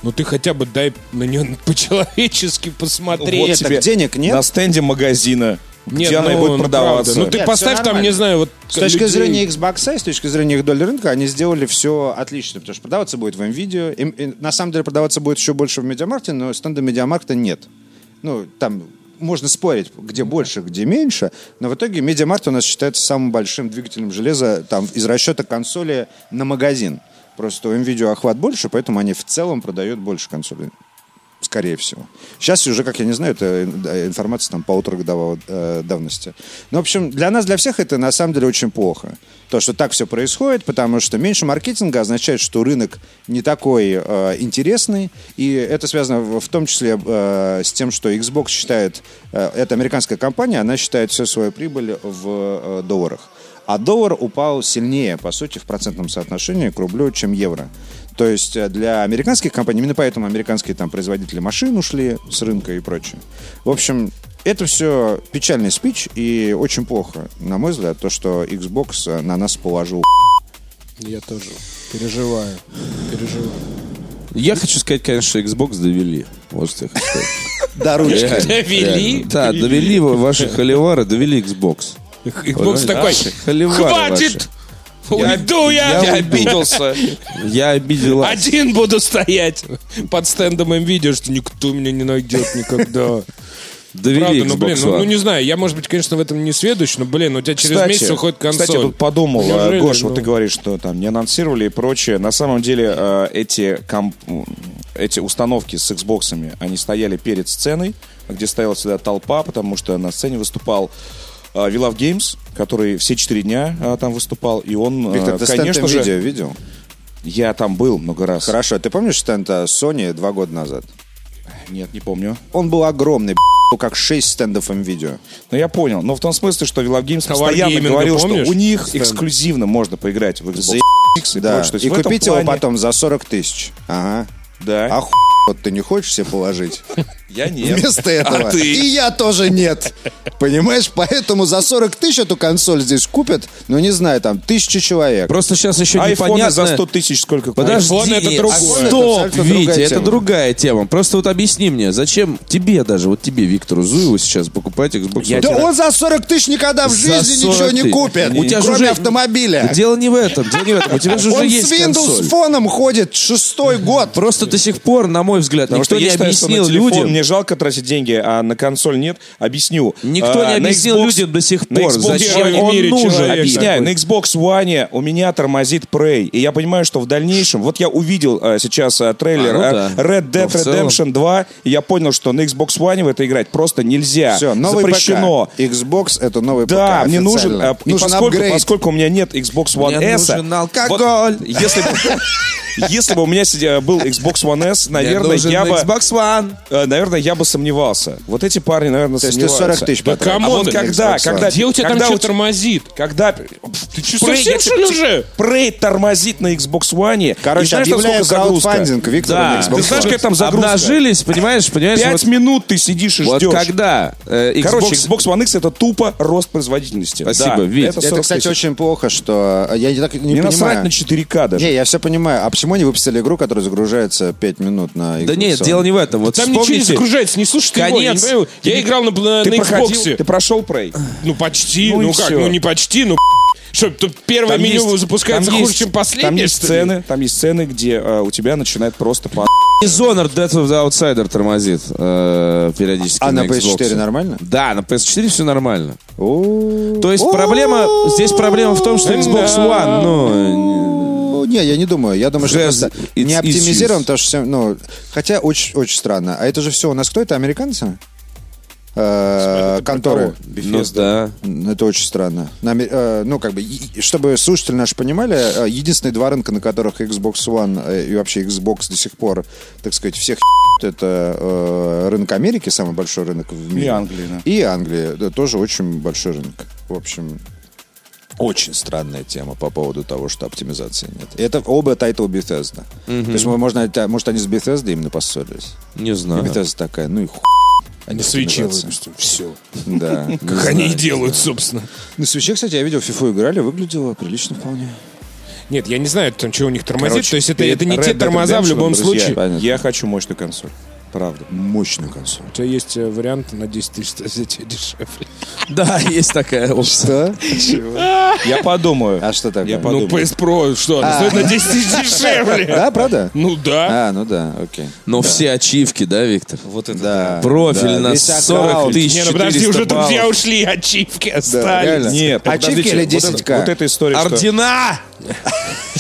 S4: Ну ты хотя бы дай на нее по-человечески
S3: Вот
S4: посмотреть.
S2: так денег нет?
S3: На стенде магазина,
S4: Нет,
S3: где она и
S4: ну,
S3: будет
S4: ну,
S3: продаваться.
S4: правда. Ну ты
S2: Нет,
S4: поставь
S2: всё
S4: там,
S2: нормально.
S4: не знаю, вот...
S2: С точки
S4: людей.
S2: зрения Xbox, и с точки зрения их доли рынка, они сделали все отлично, потому что продаваться будет в NVIDIA. Им- и на самом деле продаваться будет еще больше в Медиамаркте, но стенда Медиамаркта нет. Ну, там можно спорить, где больше, где меньше, но в итоге Медиамаркт у нас считается самым большим двигателем железа там, из расчета консоли на магазин. Просто у NVIDIA охват больше, поэтому они в целом продают больше консолей. Скорее всего. Сейчас уже, как я не знаю, это э, информация там полуторагодового э, давности. Ну, в общем, для нас, для всех это на самом деле очень плохо. То, что так все происходит, потому что меньше маркетинга означает, что рынок не такой э, интересный. И это связано в, в том числе э, с тем, что Xbox считает, э, это американская компания, она считает всю свою прибыль в э, долларах. А доллар упал сильнее, по сути, в процентном соотношении к рублю, чем евро. То есть э, для американских компаний, именно поэтому американские там производители машин ушли с рынка и прочее. В общем, это все печальный спич и очень плохо, на мой взгляд, то, что Xbox э, на нас положил.
S4: Я тоже переживаю. Переживаю.
S1: Я хочу сказать, конечно, что Xbox довели. Вот что я хочу сказать.
S2: До ручки.
S1: Реально,
S4: Довели?
S1: реально. Да, довели вы- ваши холивары, довели Xbox.
S4: Xbox такой,
S1: Ваши холивары
S4: хватит! Уйду я! А,
S1: Я обиделся. ваши. Я обидела.
S4: Один буду стоять под стендом им видео, что никто меня не найдет никогда.
S1: Довели
S4: Правда, ну
S1: Xbox
S4: блин, ну,
S1: One.
S4: ну, не знаю, я, может быть, конечно, в этом не сведущ, но, блин, у тебя через месяц уходит консоль.
S3: Кстати, я тут подумал, э,
S4: Неужели,
S3: Гош,
S4: ну?
S3: вот ты говоришь, что там не анонсировали и прочее. На самом деле э, эти, комп- м, эти установки с Xbox, они стояли перед сценой, где стояла всегда толпа, потому что на сцене выступал э, We Love Games, который все четыре дня э, там выступал, и он, э,
S2: Виктор, ты
S3: конечно
S2: стенд
S3: же,
S2: видео видел?
S3: я там был много раз.
S2: Хорошо, ты помнишь стенд э, Sony два года назад?
S3: Нет, не помню.
S2: Он был огромный, б***, был как 6 стендов м-видео.
S3: Но Ну, я понял. Но в том смысле, что Вилав Games
S4: Товар
S3: постоянно
S4: гейминга,
S3: говорил,
S4: помнишь?
S3: что у них
S4: Стенд.
S3: эксклюзивно можно поиграть в Xbox
S2: Заебись,
S3: X и
S2: Да.
S3: прочее. То есть
S2: И
S3: в этом
S2: купить
S3: плане-
S2: его потом за 40 тысяч. Ага.
S3: Да.
S2: А хуй вот ты не хочешь себе положить?
S3: я нет.
S2: Вместо этого.
S3: А ты?
S2: И я тоже нет. Понимаешь? Поэтому за 40 тысяч эту консоль здесь купят, ну не знаю, там, тысячи человек.
S1: Просто сейчас еще
S3: Айфоны
S1: непонятно...
S3: за 100 тысяч сколько
S1: Подожди,
S4: Айфон это
S1: нет,
S4: другое.
S2: Это
S1: Стоп,
S2: абсолютно
S1: Витя,
S2: другая
S1: это
S2: тема.
S1: другая тема. Просто вот объясни мне, зачем тебе даже, вот тебе, Виктору Зуеву сейчас покупать Xbox One?
S2: Да он за 40 тысяч никогда в
S1: За
S2: жизни
S1: 40
S2: ничего не
S1: тысяч.
S2: купит,
S1: У тебя же
S2: кроме
S1: уже-
S2: автомобиля.
S1: Дело не в этом, дело не в этом. У тебя же уже
S2: Он
S1: есть
S2: с Windows
S1: консоль.
S2: фоном ходит шестой год.
S1: Просто до сих пор, на мой взгляд,
S3: Потому
S1: никто
S3: что
S1: не
S3: я считаю, что на
S1: объяснил
S3: телефон
S1: людям.
S3: Мне жалко тратить деньги, а на консоль нет. Объясню.
S1: Никто
S3: А,
S1: не
S3: на
S1: объяснил
S3: Xbox-
S1: людям до сих
S3: на
S1: пор,
S3: Xbox
S1: зачем
S3: One-
S1: он
S4: мире
S1: нужен.
S4: человек
S1: Объясняю.
S3: Объясняю, на Xbox One у меня тормозит Prey. И я понимаю, что в дальнейшем... Вот я увидел э, сейчас э,
S1: А,
S3: трейлер
S1: ну
S3: э,
S1: да.
S3: Red Dead
S1: Но в целом-
S3: Redemption 2, и я понял, что на Xbox One в это играть просто нельзя.
S2: Все, новый
S3: Запрещено.
S2: ПК. Xbox это новый ПК.
S3: Да, мне нужен,
S2: официально.
S3: э, и
S2: нужен
S3: поскольку,
S2: апгрейд.
S3: поскольку у меня нет Xbox One
S1: Мне
S3: S,
S1: нужен алкоголь.
S3: вот если, бы- если бы у меня сидя- был Xbox One S, наверное,
S1: нужен
S3: я бы,
S1: Xbox One.
S3: э, наверное, я бы сомневался. Вот эти парни, наверное,
S2: То есть ты
S3: сомневаются.
S2: 40 тысяч
S4: Да
S2: потратил.
S3: А
S4: камон
S3: вот
S4: ты,
S3: когда,
S2: Xbox One.
S3: когда,
S4: Где у тебя
S3: когда
S4: там
S3: у
S4: что
S3: тебя-
S4: тормозит?
S3: когда... Ты
S4: что, совсем, что ли, уже?
S3: Прей тормозит на Xbox One.
S2: Короче,
S3: И знаешь, там
S2: объявляю
S3: сколько загрузка?
S2: краудфандинг Виктору на
S3: Да.
S2: Xbox
S3: Ты знаешь,
S2: One.
S3: какая там загрузка?
S1: Обнажились, понимаешь, понимаешь?
S3: Пять
S1: вот-
S3: минут ты сидишь и
S1: Вот
S3: ждешь.
S1: когда э, Xbox...
S3: Короче, Xbox One X это тупо рост производительности.
S1: Спасибо,
S3: да,
S1: Вить.
S3: Это,
S2: Это,
S3: 40
S2: кстати,
S3: тысяч.
S2: очень плохо, что я не так не,
S3: Не
S2: понимаю.
S3: насрать на 4К даже.
S2: Не, я все понимаю. А почему они выпустили игру, которая загружается 5 минут на Xbox
S1: Да нет,
S2: One?
S1: дело не в этом. Вот
S4: Там ничего не
S1: вспомните-
S4: загружается, не слушай ты его, я не
S1: Конец.
S4: понимаю. Я играл на, на,
S3: Ты
S4: на
S3: проходил,
S4: Xboxе.
S3: ты прошел Prey?
S4: Ну почти,
S3: Ну
S4: ну,
S3: и
S4: как,
S3: всё.
S4: ну не почти, ну что, тут первое
S3: Там
S4: меню
S3: есть-
S4: запускается
S3: там
S4: хуже,
S3: есть-
S4: чем последнее.
S3: Там есть
S4: что ли?
S3: сцены, там есть сцены, где э, у тебя начинает просто по...
S1: Dishonored Death of the Outsider тормозит э, периодически
S2: А на
S1: Xbox.
S2: PS4 нормально?
S1: Да, на PS4 все нормально.
S2: О,
S1: То есть проблема... Здесь проблема в том, что Xbox One, ну...
S2: не, я не думаю. Я думаю, что
S1: Has
S2: просто
S1: its
S2: не
S1: issues.
S2: оптимизирован, потому что... всё- Ну, хотя очень, очень странно. А это же все у нас кто? Это американцы? Э, Конторы.
S1: Ну да.
S2: М, Это очень странно. На Ами- э, ну, как бы, и- чтобы слушатели наши понимали, э, единственные два рынка, на которых Xbox One э, и вообще Xbox до сих пор, так сказать, всех ебут, это э, рынок Америки, самый большой рынок в мире.
S3: Англии, да.
S2: И Англия, да, тоже очень большой рынок. В общем, очень странная тема по поводу того, что оптимизации нет. Это оба тайтла Bethesda. То есть, мы- можно, это- может, они с Bethesda именно поссорились?
S1: Не знаю.
S2: И Bethesda такая, ну и хуй.
S4: На свече
S2: оптимизация.
S4: выпустим, все.
S2: Да.
S4: Как они и делают, собственно.
S2: На свече, кстати, я видел, в фифу играли, выглядело прилично вполне.
S4: Нет, я не знаю, там, чего у них тормозит.
S3: Короче,
S4: То есть это,
S3: перед
S4: это не
S3: Red
S4: те
S3: Dead
S4: тормоза в
S3: Redemption,
S4: любом
S3: друзья,
S4: случае.
S2: Понятно.
S3: Я хочу мощную консоль. Правда.
S2: Мощную консоль.
S4: У тебя есть э, вариант на 10 тысяч взять её дешевле.
S1: Да, есть такая опция.
S2: Что?
S3: Я подумаю.
S2: А что такое?
S3: Я
S4: Ну,
S3: подумаю.
S4: PS Pro, что,
S2: А.
S4: она стоит на 10 тысяч дешевле.
S2: Да, правда?
S4: Ну да.
S2: А, ну да, окей.
S1: Но все ачивки, да, Виктор?
S2: Вот это да.
S1: Профиль
S2: Да,
S1: на
S2: весь
S1: 40
S2: аккаунт.
S1: тысяч
S4: Не, ну подожди,
S1: 400
S4: уже друзья
S1: баллов.
S4: ушли, ачивки
S2: Да,
S4: остались.
S2: реально.
S3: Нет,
S2: А чипки
S3: подождите,
S2: или
S3: Вот,
S2: 10К?
S3: это- вот эта история, что-
S1: Ордена!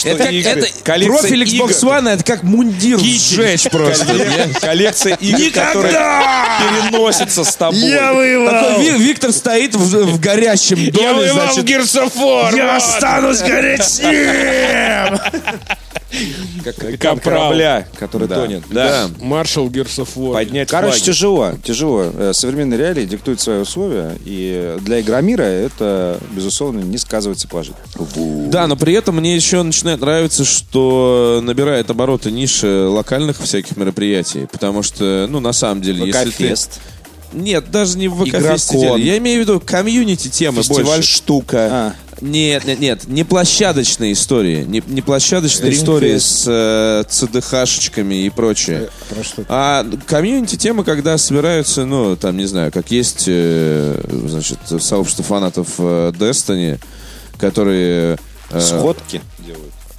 S1: Это как-
S3: игры?
S1: это
S3: Коллекция
S1: профиль
S3: игр.
S1: Xbox One, а это как мундир сжечь просто. не?
S3: Коллекция игр, которые переносятся с тобой.
S1: Такой Ви- Виктор стоит в, в горящем
S4: Я
S1: доме,
S4: воевал в
S1: значит.
S4: Gears of War, вот.
S1: останусь гореть!
S3: Капрал. корабля, который
S2: Да.
S3: тонет. Да.
S4: Маршал Gears of War.
S3: Поднять
S2: Короче,
S3: флаги.
S2: тяжело, тяжело. Э, Современные реалии диктуют свои условия, и для игромира это, безусловно, не сказывается положительно.
S1: Да, но при этом мне еще начинает нравиться, что набирает обороты ниши локальных всяких мероприятий. Потому что, ну, на самом деле, если ты...
S2: Кафест.
S1: Нет, даже не в ВК-фесте.
S3: Игрокон.
S1: дело. Я имею в виду комьюнити темы
S3: Фестиваль
S1: больше.
S3: штука.
S2: А,
S1: Нет, нет, нет, не площадочные истории. Не, не площадочные
S3: Dreamfest.
S1: истории с э, ЦДХшечками и прочее.
S3: Э,
S1: А комьюнити тема, когда собираются, ну, там, не знаю, как есть, э, значит, сообщество фанатов э, Destiny, которые... э,
S2: Сходки.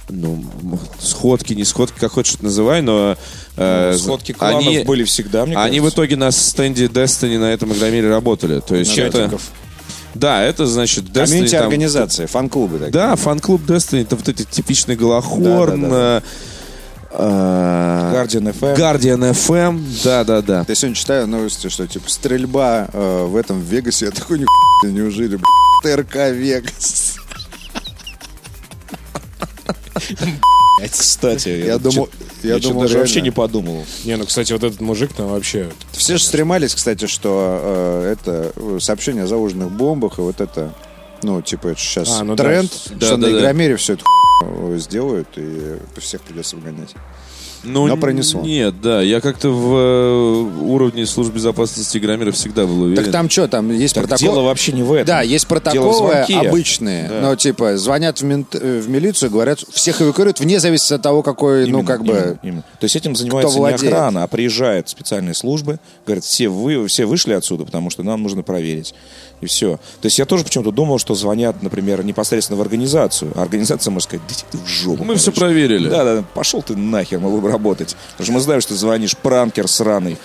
S1: ну, м, сходки, не сходки, как хочешь это называй, но... э,
S3: Ну, Сходки кланов
S1: они-
S3: были всегда, мне
S1: они в
S3: кажется.
S1: итоге на стенде Destiny на этом игромире работали. То есть это... Да, это значит Destiny...
S2: Ну, Комьюнити
S1: там-
S2: организации, фан-клубы такие.
S1: да, фан-клуб Destiny, это вот эти типичный Голохорн.
S2: Да, да, да,
S1: э,
S2: э,
S3: Guardian FM.
S1: Guardian FM, да-да-да.
S2: Я сегодня читаю новости, что типа стрельба э, в этом Вегасе. Я такой, не неужели, б***ь, ТРК Вегас.
S3: Кстати,
S2: Я думал, я
S3: чё-то
S2: думал,
S3: даже вообще
S2: реально.
S3: не подумал.
S4: Не, ну, кстати, вот этот мужик там вообще...
S2: Все же стремались, кстати, что э, это э, сообщение о заложенных бомбах и вот это, ну, типа, это сейчас
S4: А, ну да,
S2: тренд,
S4: с-
S2: что
S1: да,
S2: на
S1: да, да.
S2: Игромире все это хуй сделают, и всех придется выгонять.
S1: Ну,
S2: Но пронесло.
S1: Нет, да, я как-то в э, уровне служб безопасности Игромира всегда был уверен.
S2: Так там что, там есть
S3: Так
S2: протокол?
S3: дело вообще не в этом.
S2: Да, есть
S3: Дело в
S2: протоколы
S3: звонке.
S2: обычные, но типа звонят в, мент- э, в милицию, говорят, всех эвакуируют вне зависимости от того, какой, ну
S3: Именно,
S2: как бы,
S3: именно, именно. То есть этим занимается не
S2: владеет.
S3: охрана, а приезжают специальные службы, говорят, все вы, все вышли отсюда, потому что нам нужно проверить. И все. То есть я тоже почему-то думал, что звонят, например, непосредственно в организацию. А организация может сказать, да иди ты в жопу.
S1: Мы всё проверили.
S3: Да, да, пошел ты нахер, мы будем работать. Потому что мы знаем, что ты звонишь, пранкер сраный.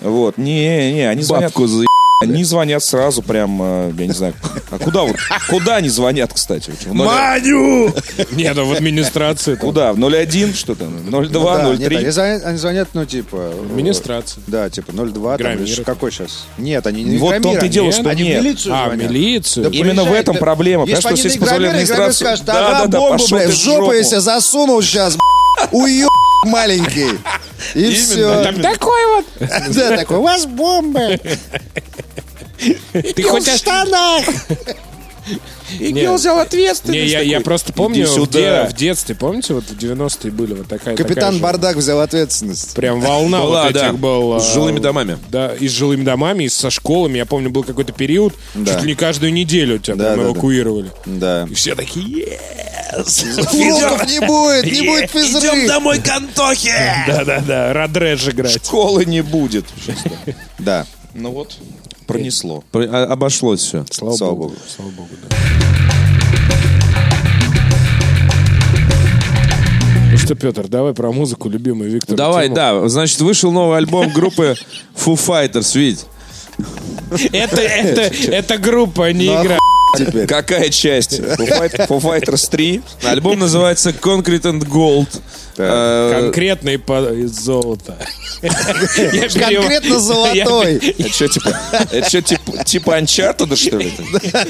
S3: Вот. Не, не, они звонят.
S1: бабку за...
S3: Они звонят сразу прям, э, я не знаю, а куда вот, куда они звонят, кстати? В ноль-
S1: Маню!
S4: Не, ну, в администрации. там.
S3: Куда? В 01 что там? 02,
S2: Да, нет,
S3: 03?
S2: они, звонят, они звонят, ну, типа...
S4: Администрация.
S2: э, Да, типа 02, там,
S4: Граммир.
S2: или какой сейчас? Нет, они не
S3: Вот в том-то и
S2: Граммир,
S3: дело,
S2: они-
S3: что
S2: они
S3: нет.
S2: в милицию
S4: А, в
S2: звонят.
S4: милицию?
S2: Да
S3: Именно в
S2: приезжай,
S3: этом
S2: да.
S3: проблема,
S2: Если
S3: потому
S2: бы
S3: что
S2: они
S3: если
S2: на
S3: позволили
S2: Граммира играли,
S3: администрацию-
S2: скажут,
S3: Да,
S2: ага,
S3: да, да,
S2: бомбу,
S3: пошел
S2: бля,
S3: ты
S2: в
S3: в
S2: жопу
S3: жопу.
S2: я себя засунул сейчас, уеб маленький. И все.
S3: именно.
S4: Такой вот.
S2: Да, такой, у вас бомбы.
S4: Ты хоть
S2: в
S4: от-
S2: штанах.
S4: Нет.
S3: взял ответственность.
S4: Не, я, я просто помню, в,
S3: сюда.
S4: де- в детстве, помните, вот в 90-е были вот такая такая
S2: Капитан
S4: же
S2: Бардак взял ответственность.
S4: Прям волна
S1: Была,
S4: вот этих
S1: да.
S4: был.
S1: С
S4: а,
S1: жилыми домами.
S4: Да, и с жилыми домами, и со школами. Я помню, был какой-то период, чуть ли не каждую неделю тебя
S2: Да,
S4: там
S2: да, да.
S4: эвакуировали.
S2: Да.
S4: И все такие, «Yes!»
S2: Уроков не будет, не будет физры.
S1: домой, Кантохи!
S4: Да-да-да, радреш играть.
S3: Школы не будет.
S2: Да.
S3: Ну вот, пронесло.
S1: Про- а- Обошлось все.
S4: Слава,
S2: Слава
S4: богу.
S2: богу.
S4: Слава богу, да. Ну что, Петр, давай про музыку, любимый Виктор.
S1: Ну, Давай, да. Значит, вышел новый альбом группы Foo Fighters, Вить.
S4: Это, это, это группа, не
S1: Ну,
S4: игра.
S2: Теперь.
S3: Какая часть? Foo Fight- Foo Fighters 3?
S1: Альбом называется Concrete and Gold. Э,
S4: Конкретно и по- из золота. Я перев-
S2: Конкретно золотой.
S3: Это что, типа, это что, типа, типа Uncharted, что ли?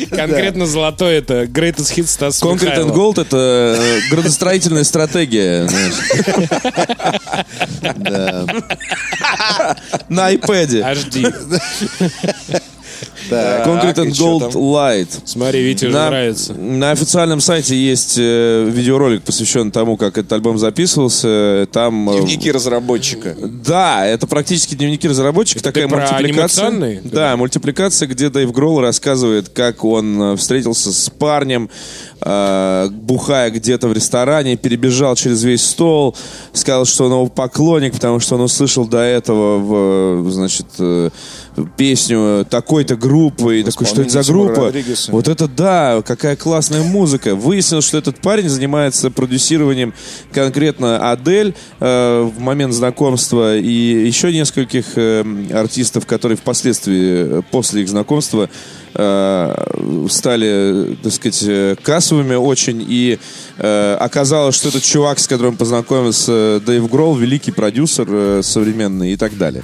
S4: Конкретно золотой это Greatest Hits Стас
S1: Concrete and
S4: Михайлов.
S1: Gold — это э, градостроительная стратегия. знаешь. На iPad.
S4: HD.
S2: Так.
S1: Concrete and
S3: А, и чё
S1: Gold
S3: там?
S1: Light.
S4: Смотри, Вите уже
S1: На,
S4: нравится.
S1: на официальном сайте есть э, видеоролик, посвященный тому, как этот альбом записывался. Там, э,
S3: Дневники разработчика.
S1: Да, это практически дневники разработчика. такая
S4: про
S1: мультипликация.
S4: анимационные?
S1: Да, мультипликация, где Дэйв Гролл рассказывает, как он э, встретился с парнем, э, бухая где-то в ресторане, перебежал через весь стол, сказал, что он его поклонник, потому что он услышал до этого, в, э, значит, э, песню такой-то группы. И такой, что это за
S3: исполнении Тимура
S1: группа?
S3: Родригеса.
S1: Вот это да, какая классная музыка. Выяснилось, что этот парень занимается продюсированием конкретно Адель э, в момент знакомства и еще нескольких э, м, артистов, которые впоследствии, э, после их знакомства, э, стали, так сказать, э, кассовыми очень. И э, оказалось, что этот чувак, с которым познакомился э, Дэйв Гролл, великий продюсер э, современный и так далее.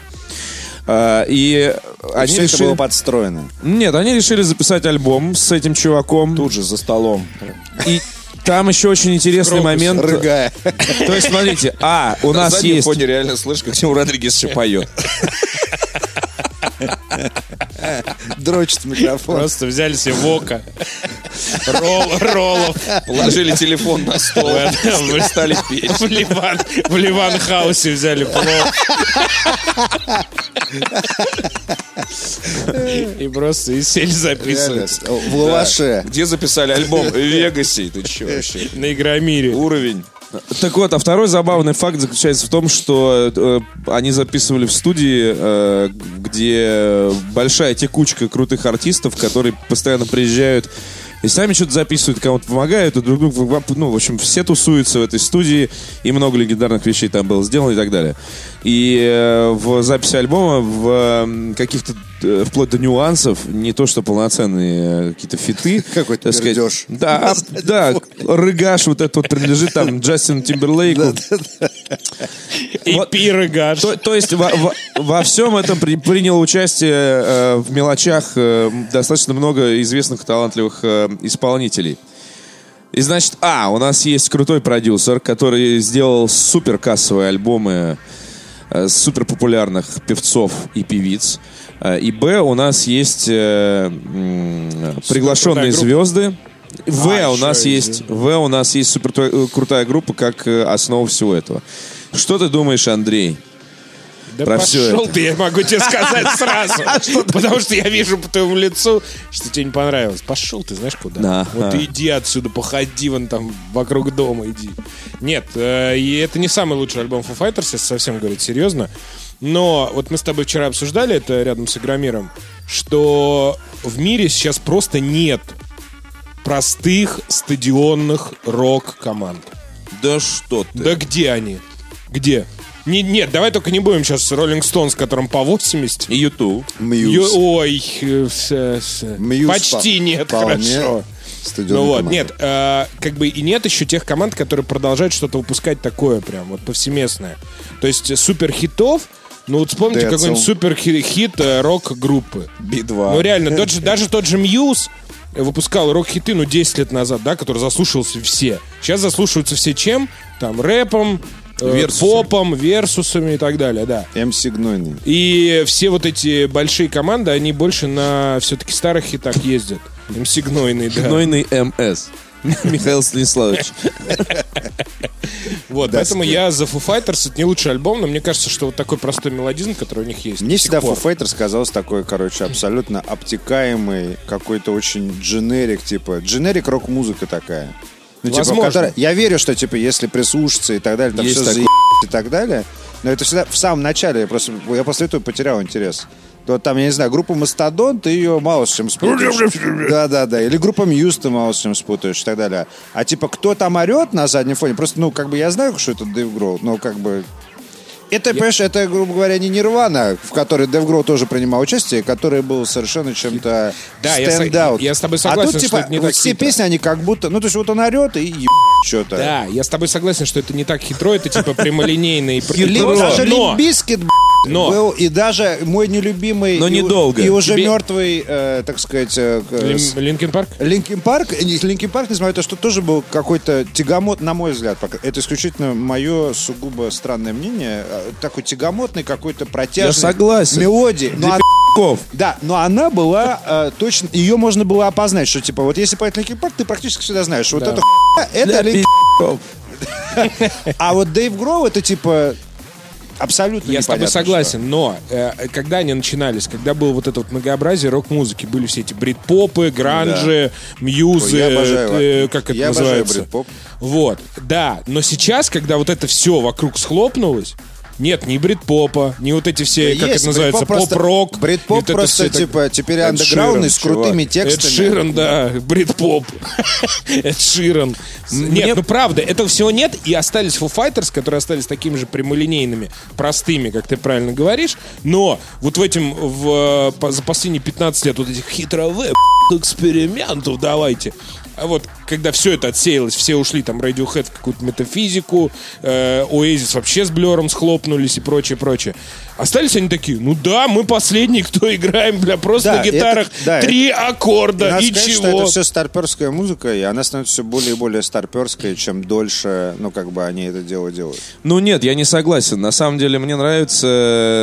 S1: А, И они
S2: Все это
S1: решили...
S2: было подстроено.
S1: Нет, они решили записать альбом с этим чуваком.
S3: Тут же за столом.
S1: И там еще очень интересный момент.
S2: Рыгая.
S1: То есть, смотрите, а, у
S3: На
S1: нас
S3: заднем
S1: есть...
S3: фоне реально слышишь, как Тимур Родригес еще поет.
S2: Дрочит микрофон.
S4: Просто взяли себе вока. Ролл, роллов.
S3: Положили телефон на стол
S4: Вы
S3: и стали петь.
S4: В Ливан, в Ливан Хаусе взяли плов. И просто и сели
S2: Реально,
S4: записывать
S2: В лаваше.
S3: Где записали альбом? В Вегасе. Ты че вообще?
S4: на Игромире.
S3: Уровень.
S1: Так вот, а второй забавный факт заключается в том, что э, они записывали в студии, э, где большая текучка крутых артистов, которые постоянно приезжают и сами что-то записывают, кому-то помогают, и друг другу, ну, в общем, все тусуются в этой студии, и много легендарных вещей там было сделано и так далее. И э, в записи альбома в э, каких-то э, вплоть до нюансов, не то что полноценные э, какие-то фиты.
S2: Какой-то
S1: так сказать.
S2: пердёж.
S1: Да, а, да, рыгаш вот этот вот принадлежит там Джастину Тимберлейку.
S4: И
S1: Вот.
S4: пиры гаш.
S1: То, то есть во, во- во всем этом при- приняло участие э, в мелочах э, м, достаточно много известных талантливых э, исполнителей. И значит, а, у нас есть крутой продюсер, который сделал супер кассовые альбомы э, супер популярных певцов и певиц. Э, И Б, у нас есть э, м, приглашенные
S4: группа.
S1: звезды. В
S4: А,
S1: у
S4: еще
S1: нас
S4: и
S1: есть В у нас есть супер ту- э, крутая группа как э, основа всего этого. Что ты думаешь, Андрей?
S4: Да
S1: про всё
S4: пошел
S1: это. А
S4: ты, я могу тебе сказать сразу. Потому что я вижу по твоему лицу, что тебе не понравилось. Пошел ты, знаешь, куда?
S1: Да.
S4: Вот
S1: А.
S4: иди отсюда, походи вон там вокруг дома, иди. Нет, э, и это не самый лучший альбом Foo Fighters, если совсем говорить серьезно. Но вот мы с тобой вчера обсуждали это рядом с Игромиром, что в мире сейчас просто нет простых стадионных рок-команд.
S1: Да что ты?
S4: Да где они? Где? Не, нет, давай только не будем сейчас Роллинг Стоун, с которым по 80.
S1: Ютуб.
S4: Ё-
S2: Мьюз.
S4: ой, э, с- с-
S2: Мьюз
S4: почти
S2: по-
S4: нет,
S2: вполне
S4: хорошо.
S2: стадионная
S4: Ну вот,
S2: команда.
S4: нет, э, как бы и нет еще тех команд, которые продолжают что-то выпускать такое прям, вот повсеместное. То есть э, супер хитов, ну вот вспомните
S2: Децл.
S4: какой-нибудь супер хит рок-группы.
S1: Би-2.
S4: Ну реально, тот же, даже тот же Мьюз выпускал рок-хиты, ну, 10 лет назад, да, который заслушался все. Сейчас заслушиваются все чем? Там рэпом, э,
S1: Версусами.
S4: попом, версусами и так далее, да.
S2: МС Гнойный.
S4: И все вот эти большие команды, они больше на все-таки старых хитах ездят. МС Гнойный, да.
S1: Гнойный МС. Михаил Станиславович.
S4: Вот, поэтому я за Foo Fighters, это не лучший альбом, но мне кажется, что вот такой простой мелодизм, который у них есть.
S2: Мне
S4: до сих
S2: всегда
S4: пор.
S2: Foo Fighters казалось такой, короче, абсолютно обтекаемый, какой-то очень дженерик, типа, дженерик рок-музыка такая. Ну, типа,
S4: Возможно.
S2: которая- Я верю, что, типа, если прислушаться и так далее, там
S1: Есть
S2: все
S1: такое.
S2: и так далее. Но это всегда в самом начале, я просто, я после этого потерял интерес. Вот там, я не знаю, группа Мастодон, ты ее мало с чем
S4: Ну,
S2: спутаешь. Да-да-да, или группа Мьюз ты мало с чем спутаешь и так далее. А типа, кто там орет на заднем фоне, просто, ну, как бы я знаю, что это Дэйв Гроул, но как бы это, понимаешь, это, грубо говоря, не Нирвана, в которой Дев Гроу тоже принимал участие, который был совершенно чем-то
S4: Да, я со-
S2: стендаут.
S4: я с тобой согласен,
S2: а тут,
S4: что
S2: типа,
S4: это не
S2: вот
S4: так
S2: все
S4: хитро.
S2: песни, они как будто... Ну, то есть вот он орет и еб... что-то.
S4: Да, я с тобой согласен, что это не так хитро, это типа прямолинейно и
S2: И Лин- даже
S4: Но-
S2: Лимбискет
S4: Но.
S2: был, и даже мой нелюбимый...
S1: Но
S2: и у-
S1: недолго.
S2: И уже
S4: Тебе-
S2: мертвый, э, так сказать... э, к-
S4: Лин-
S2: с-
S4: Линкин Парк?
S2: Линкин Парк, э, не- Линкин Парк, несмотря на то, что тоже был какой-то тягомот, на мой взгляд, пока- это исключительно мое сугубо странное мнение, э, такой тягомотный какой-то протяжный
S1: согласен.
S2: мелодии. Но она-
S1: Ков.
S2: да, но она была э, точно, ее можно было опознать, что типа вот если поет Линкин Парк, ты практически всегда знаешь, вот это хуйня, это Линкин А вот Дэйв Гроу это типа абсолютно
S4: Я с тобой
S2: непонятно
S4: согласен, но э, когда они начинались, когда было вот это вот многообразие рок-музыки, были все эти брит-попы, гранжи, мьюзы,
S2: Ой, я обожаю
S4: э,
S2: вас.
S4: как это
S2: Я обожаю
S4: называется.
S2: брит-поп.
S4: Вот, да, но сейчас, когда вот это все вокруг схлопнулось, нет ни брит-попа, ни вот эти все,
S2: что.
S4: как
S2: Есть,
S4: это называется,
S2: брит-поп просто-
S4: поп-рок.
S2: Брит-поп
S4: и вот это
S2: просто
S4: всё так-
S2: типа теперь
S4: Эд
S2: андеграундный
S4: Ширан,
S2: с крутыми текстами.
S4: Эд Ширан, да, брит-поп. Эд Ширан. Нет, ну правда, этого всего нет, и остались Foo Fighters, которые остались такими же прямолинейными, простыми, как ты правильно говоришь, но вот в этим, в, э, по- за последние 15 лет вот этих хитровых экспериментов давайте. А вот когда все это отсеялось, все ушли там Radiohead в какую-то метафизику, э, Oasis вообще с Блером схлопнулись и прочее, прочее. Остались они такие, ну да, мы последние, кто играем, бля, просто
S2: Да,
S4: на
S2: это-
S4: гитарах
S2: да,
S4: три аккорда
S2: Надо
S4: и
S2: сказать,
S4: чего.
S2: что это все старперская музыка, и она становится все более и более старперской, чем дольше, ну, как бы они это дело делают.
S1: Ну нет, я не согласен. На самом деле мне нравится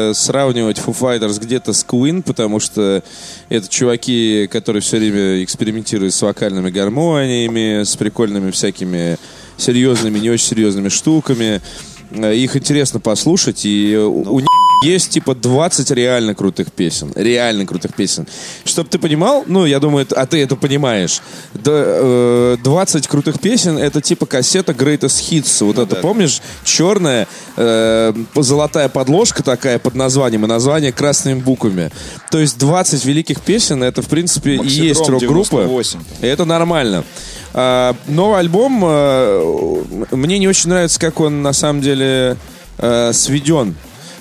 S1: э, сравнивать Foo Fighters где-то с Queen, потому что это чуваки, которые все время экспериментируют с вокальными гармониями, с прикольными всякими серьезными, не очень серьезными штуками. Э, Их интересно послушать, и э, у у них есть типа 20 реально крутых песен. Реально крутых песен. Чтоб ты понимал, ну, я думаю, это- а ты это понимаешь. Да, э, 20 крутых песен это типа кассета Greatest Hits. Вот это, помнишь, черная э, золотая подложка такая под названием, и название красными буквами. То есть 20 великих песен это, в принципе, и
S3: Максидром
S1: есть рок-группа.
S3: 98.
S1: И Это нормально. А, новый альбом э, мне не очень нравится, как он на самом деле э, сведен.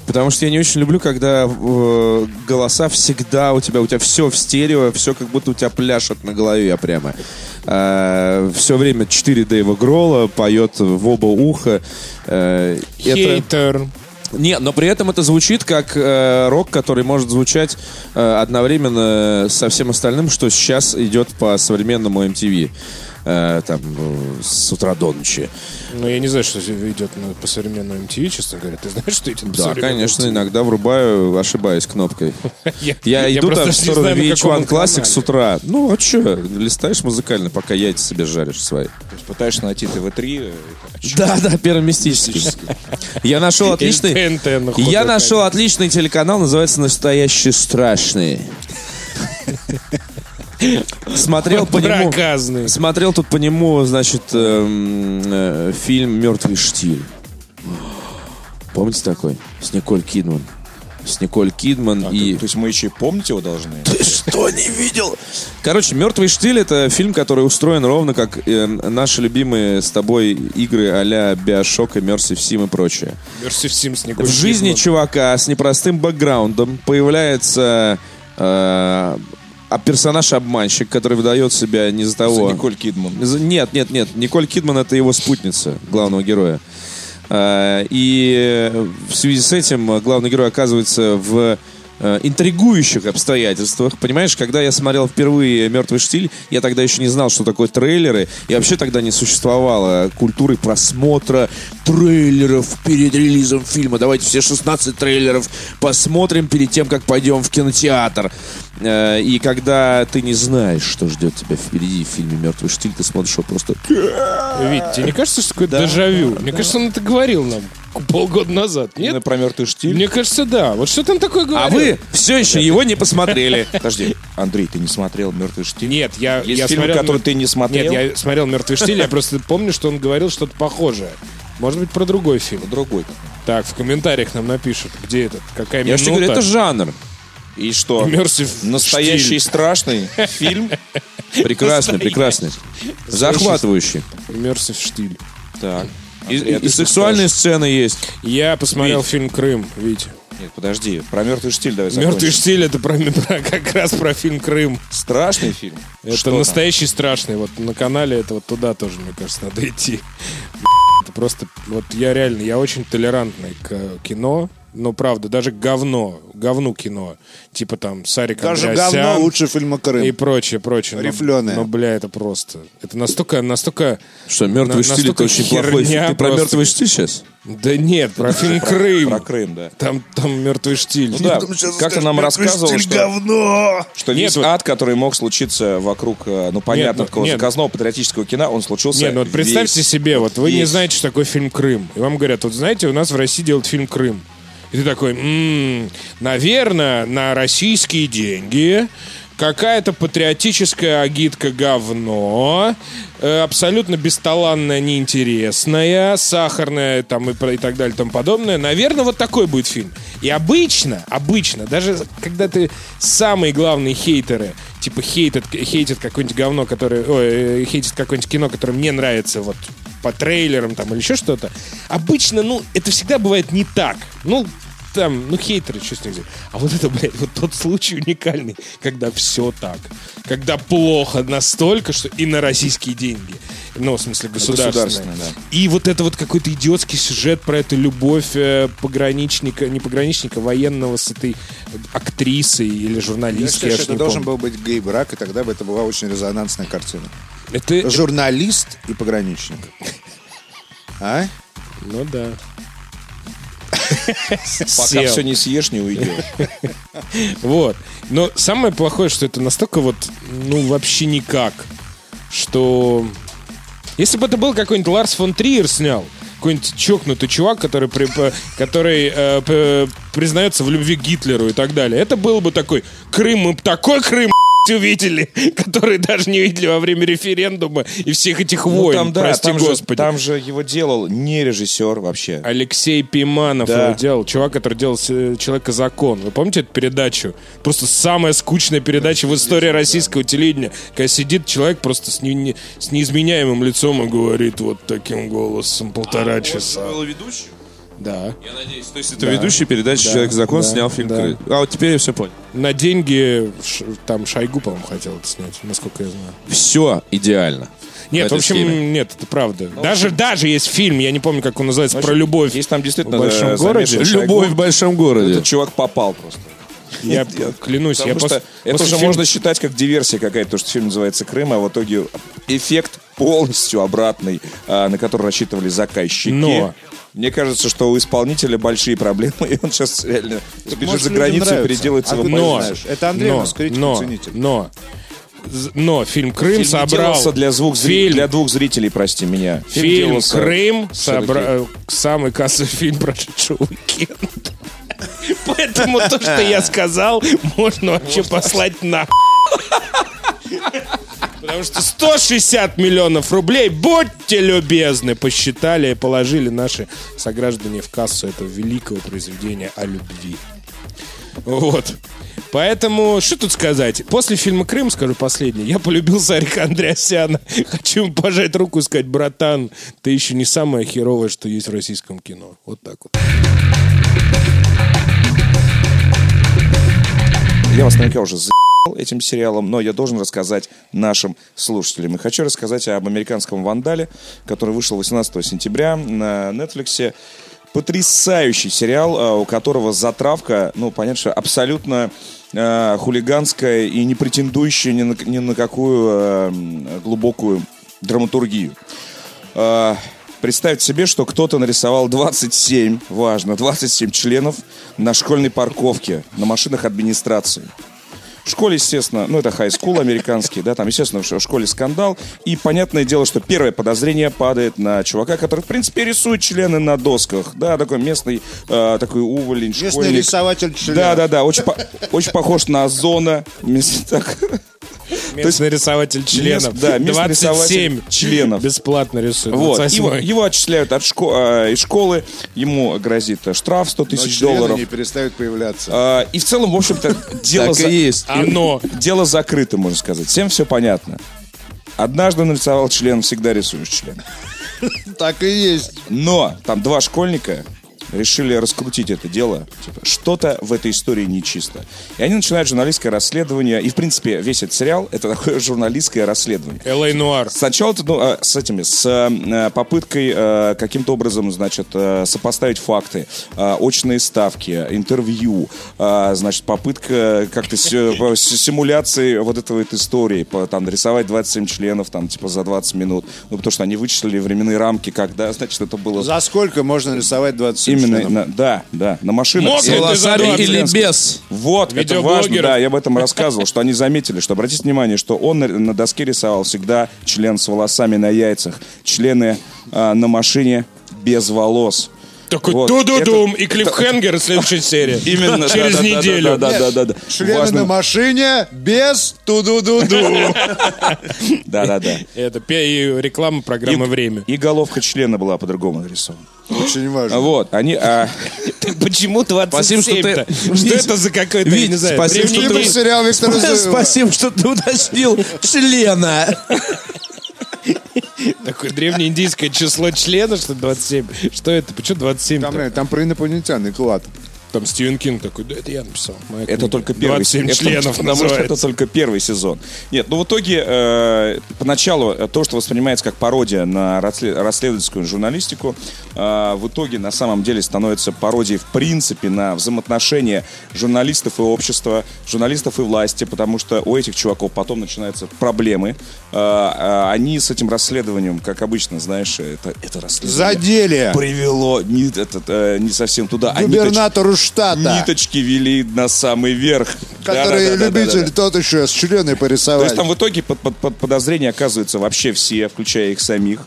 S1: Потому что я не очень люблю, когда э, голоса всегда у тебя, у тебя все в стерео, все как будто у тебя пляшет на голове прямо. все время 4 Дэйва Гролла поет в оба уха. Э, это-
S4: Хейтер.
S1: не, но при этом это звучит как э, рок, который может звучать э, одновременно со всем остальным, что сейчас идет по современному MTV. э, там э, с утра до ночи.
S4: Ну, я не знаю, что идет ну, по современному MTV, честно говоря. Ты знаешь, что идет по
S1: Да,
S4: современному
S1: конечно,
S4: MTV?
S1: иногда врубаю, ошибаюсь кнопкой. Я иду там в
S4: просто даже не
S1: сторону
S4: знаю, на каком
S1: VH1
S4: он
S1: Classic
S4: канале.
S1: с утра. Ну, а что, листаешь музыкально, пока яйца себе жаришь свои.
S3: Пытаешься найти э, ТВ-3.
S1: Да, да, первый мистический. Я нашел отличный...
S4: НТН на ходу
S1: Я
S4: опять.
S1: нашел отличный телеканал, называется «Настоящие страшные». Смотрел по нему...
S4: Проказный.
S1: Смотрел тут по нему, значит, эм, э, фильм «Мертвый штиль». Помните такой? С Николь Кидман. С Николь Кидман и...
S3: То есть мы еще и помнить его должны?
S1: Ты что, не видел? Короче, «Мертвый штиль» — это фильм, который устроен ровно как э, наши любимые с тобой игры а-ля «Биошок» и «Мерси Сим» и прочее.
S4: Версив Симс не
S1: В жизни чувака с непростым бэкграундом появляется э, а персонаж-обманщик, который выдает себя не за того.
S3: За Николь Кидман.
S1: За- Нет, нет, нет. Николь Кидман это его спутница, главного героя. А, И э, в связи с этим э, главный герой оказывается в э, интригующих обстоятельствах. Понимаешь, когда я смотрел впервые «Мертвый штиль», я тогда еще не знал, что такое трейлеры, и вообще тогда не существовало культуры просмотра трейлеров перед релизом фильма. Давайте все 16 трейлеров посмотрим перед тем, как пойдем в кинотеатр. Э, И когда ты не знаешь, что ждет тебя впереди в фильме «Мертвый штиль», ты смотришь его просто...
S4: Вить, тебе не кажется, что такое дежавю? Мне кажется, он это говорил нам полгода назад, нет?
S3: Именно Про мертвый штиль.
S4: Мне кажется, да. Вот что там такое говорил?
S1: А вы все еще его не посмотрели.
S3: Подожди, Андрей, ты не смотрел «Мертвый штиль»?
S4: Нет, я,
S3: Есть
S4: я
S3: фильмы,
S4: смотрел...
S3: которые ты не смотрел?
S4: Нет, я смотрел «Мертвый штиль», я просто помню, что он говорил что-то похожее. Может быть, про другой фильм.
S3: Другой.
S4: Так, в комментариях нам напишут, где этот, какая
S1: Я же тебе
S4: минута.
S1: говорю, это жанр.
S3: И что?
S4: Мерсив
S3: Настоящий страшный фильм.
S1: Прекрасный, прекрасный. Захватывающий.
S4: Мерсив штиль.
S3: Так.
S1: И,
S3: Андрей, а
S1: и-
S3: ты
S1: и
S3: что
S1: сексуальные сцены есть.
S4: Я посмотрел фильм «Крым», Витя.
S3: скажешь? Нет, подожди. Про мертвый штиль давай
S4: «Мертвый
S3: закончим.
S4: штиль» — это про, про- как раз про фильм «Крым».
S3: Страшный фильм.
S4: Это
S3: Что там?
S4: настоящий страшный. Вот на канале это вот туда тоже, мне кажется, надо идти. Это просто... Вот я реально, я очень толерантный к э, кино. но правда, даже к говно, говну кино. Типа там Сарик
S2: Даже
S4: Андреасян.
S2: говно лучше фильма «Крым».
S4: И прочее, прочее. Но-
S2: Рифленое.
S4: Но, бля, это просто... Это настолько, настолько...
S1: Что, мертвый
S4: на-
S1: штиль это
S4: настолько
S1: очень плохой фильм.
S4: херня
S1: Ты про
S4: просто.
S1: мертвый штиль сейчас?
S4: Да нет, про фильм
S3: Про
S4: «Крым».
S3: Крым, да.
S4: Там, там мертвый штиль.
S3: Ну да, как-то нам рассказывал, что, что
S4: Нет,
S3: весь
S4: вот-
S3: ад, который мог случиться вокруг, э, ну понятно,
S4: Нет,
S3: такого
S4: нет.
S3: заказного патриотического кино, он случился
S4: Нет, ну вот
S3: весь.
S4: представьте себе, вот вы не
S3: весь.
S4: знаете, что такое фильм «Крым». И вам говорят, вот знаете, у нас в России делают фильм «Крым». И ты такой, наверное, на российские деньги какая-то патриотическая агитка говно, э, абсолютно бесталанная, неинтересная, сахарная там и, про- и так далее и тому подобное. Наверное, вот такой будет фильм. И обычно, обычно, даже когда ты самые главные хейтеры типа хейтят, хейтят какое-нибудь говно, которое, ой, э, хейтят какое-нибудь кино, которое мне нравится, вот по трейлерам там или еще что-то. Обычно, ну, это всегда бывает не так. Ну, там, ну, хейтеры, что с них взять. А вот это, блядь, вот тот случай уникальный, когда все так. Когда плохо настолько, что и на российские деньги. Ну, в смысле, государственные.
S3: Государственные, да.
S4: И вот это вот какой-то идиотский сюжет про эту любовь э, пограничника, не пограничника, военного с этой актрисой или
S2: Я
S4: журналисткой.
S2: считаю,
S4: я
S2: что
S4: уж
S2: это
S4: не
S2: должен
S4: помню.
S2: был быть гей-брак, и тогда бы это была очень резонансная картина.
S4: Это,
S2: Журналист и пограничник. А?
S4: Ну да.
S3: Пока
S4: Сел.
S3: все не съешь, не уйдешь.
S4: Вот. Но самое плохое, что это настолько вот, ну, вообще никак, что... Если бы это был какой-нибудь Ларс фон Триер снял, какой-нибудь чокнутый чувак, который, при- п- который э, п- признается в любви к Гитлеру и так далее, это был бы такой Крым, мы б такой Крым увидели, который даже не видели во время референдума и всех этих
S3: Ну,
S4: войн,
S3: там, да,
S4: прости
S3: там же,
S4: господи.
S3: там же его делал не режиссер вообще.
S4: Алексей Пиманов
S3: Да.
S4: его делал, чувак, который делал э, «Человека закон». Вы помните эту передачу? Просто самая скучная передача в истории российского телевидения, когда сидит человек просто с, не- не-
S1: А,
S4: с неизменяемым лицом и говорит вот таким голосом полтора часа.
S1: ведущий?
S4: Да.
S3: Я надеюсь, то есть это ведущий передачи «Человек и закон»
S4: да,
S3: снял фильм
S4: да.
S3: «Крылья». А вот теперь я все понял.
S4: На деньги Ш- там Шойгу, по-моему, хотел это снять, насколько я знаю.
S3: Все идеально.
S4: Нет, в,
S3: этой
S4: общем,
S3: схеме.
S4: нет, это правда.
S1: Ну,
S4: даже, даже есть фильм, я не помню, как он называется, про любовь.
S1: Есть там действительно
S4: в большом
S1: э,
S4: городе.
S1: замешан Шойгу.
S3: Любовь в большом городе.
S1: Этот чувак попал просто.
S4: Я клянусь, я
S1: Потому
S4: после,
S1: что это
S4: после
S1: уже
S4: фильма-
S1: можно считать как диверсия какая-то, то, что фильм называется «Крым», а в итоге эффект полностью обратный, а, на который рассчитывали заказчики.
S4: Но.
S1: Мне кажется, что у исполнителя большие проблемы, и он сейчас реально сбежит
S2: может,
S1: за
S2: людям
S1: границу и
S2: нравится.
S1: переделает
S2: А
S1: его
S2: ты
S1: мозг.
S2: знаешь. Это Андрей у нас, критик и
S4: но,
S2: ценитель.
S4: но, з- но фильм Крым
S1: Фильм не
S4: собрал...
S1: делался для, звук
S4: Фильм.
S1: для двух зрителей, прости меня.
S4: Фильм
S1: делался
S4: «Крым»
S1: всё-таки.
S4: собрал самый кассовый фильм прошедшего уикенда. Поэтому то, что я сказал, можно вообще послать на. Потому что 160 миллионов рублей, будьте любезны, посчитали и положили наши сограждане в кассу этого великого произведения о любви. Вот. Поэтому, что тут сказать? После фильма «Крым», скажу последний, я полюбил Сарика Андреасяна. Хочу ему пожать руку и сказать, братан, ты еще не самое херовое, что есть в российском кино. Вот так вот.
S1: Я вас наверняка уже за***л этим сериалом, но я должен рассказать нашим слушателям. И хочу рассказать об американском «Вандале», который вышел 18 сентября на Netflix. Потрясающий сериал, а, у которого затравка, ну, понятно, что абсолютно э, хулиганская и не претендующая ни на, к- ни на какую э, м, глубокую драматургию. Э, Представьте себе, что кто-то нарисовал 27, важно, 27 членов на школьной парковке, на машинах администрации. В школе, естественно, ну это хай-скул американский, да, там, естественно, в школе скандал. И понятное дело, что первое подозрение падает на чувака, который, в принципе, рисует члены на досках. Да, такой местный, э, такой уволень,
S2: Местный
S1: школьник.
S2: рисователь членов.
S1: Да-да-да, очень, по- очень похож на Озона. Вместе так. есть-
S4: Местный рисователь членов.
S1: Мест- да, местный
S4: 27
S1: рисователь членов.
S4: Бесплатно рисует.
S1: Вот.
S4: 28.
S1: Его, его отчисляют от шко- а, из школы, ему грозит э, штраф 100
S2: Но
S1: тысяч
S2: члены
S1: долларов.
S2: не перестают появляться.
S1: А, И в целом, в общем-то, дело,
S3: Так и есть.
S4: Оно.
S1: дело закрыто, можно сказать. Всем все понятно. Однажды нарисовал член, всегда рисуешь член.
S2: Так и есть.
S1: Но там два школьника решили раскрутить это дело. Типа, что-то в этой истории нечисто. И они начинают журналистское расследование. И, в принципе, весь этот сериал — это такое журналистское расследование.
S4: Л.А. Нуар.
S1: Сначала ты, ну, э, с этими, с э, попыткой э, каким-то образом, значит, э, сопоставить факты, э, очные ставки, интервью, э, значит, попытка как-то си- э, по- си- симуляции вот этого этой истории, по- там, рисовать 27 членов, там, типа, за 20 минут, ну, потому что они вычислили временные рамки, когда, значит, это было...
S2: За сколько можно рисовать 20
S1: Именно,
S2: членов?
S1: на- да, да, на машинах.
S4: Мог
S1: И-
S4: ли ты за
S3: Волосами
S4: 20?
S3: или без?
S1: вот, это важно,
S4: Видеоблогеров.
S1: да, я об этом рассказывал, что они заметили, что обратите внимание, что он на, на доске рисовал всегда член с волосами на яйцах, члены а, на машине без волос.
S4: Такой
S1: Вот.
S4: ту-ду-дум
S1: Это-
S4: и клиффхенгер в следующей серии.
S1: Именно
S4: Через
S1: да, да, да,
S4: неделю.
S1: Да, да, да, да, да.
S2: Члены
S1: Важно-
S2: на машине без ту-ду-ду-ду.
S1: Да, да, да.
S4: Это пе- и реклама программы «Время».
S1: И головка члена была по-другому нарисована.
S2: Очень важно.
S1: Вот, они. а,
S4: Почему 27
S3: Спасибо, что ты-
S4: Что это за какой-то, я
S3: Вить,
S4: не знаю,
S3: спасибо, что
S4: древний
S3: ты-
S2: Либо
S4: мир?
S2: сериал Виктора Зуева.
S3: Спасибо, что ты уточнил члена.
S4: Такое древнеиндийское число членов, что 27. Что это? Почему 27?
S2: Там,
S4: Там,
S2: э, там про инопланетян и клад.
S4: там Стивен Кинг такой, да это я написал. Моя
S1: Это
S4: книга».
S1: только первый
S4: 27
S1: это-
S4: членов
S1: потому что
S4: называется.
S1: это только первый сезон. Нет, ну в итоге э, поначалу э, то, что воспринимается как пародия на рассле- расследовательскую журналистику, э, в итоге на самом деле становится пародией в принципе на взаимоотношения журналистов и общества, журналистов и власти, потому что у этих чуваков потом начинаются проблемы. Э, э, они с этим расследованием, как обычно, знаешь, это, это расследование
S2: Задели
S1: привело не, этот, э, не совсем туда. а ниточ-
S2: губернатору штата,
S1: Ниточки вели на самый верх.
S2: который
S1: Да-да-да-да-да-да.
S2: любитель тот еще с члены
S1: То
S2: порисовать.
S1: есть там в итоге под, под- под подозрение оказываются вообще все, включая их самих.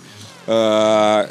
S1: А,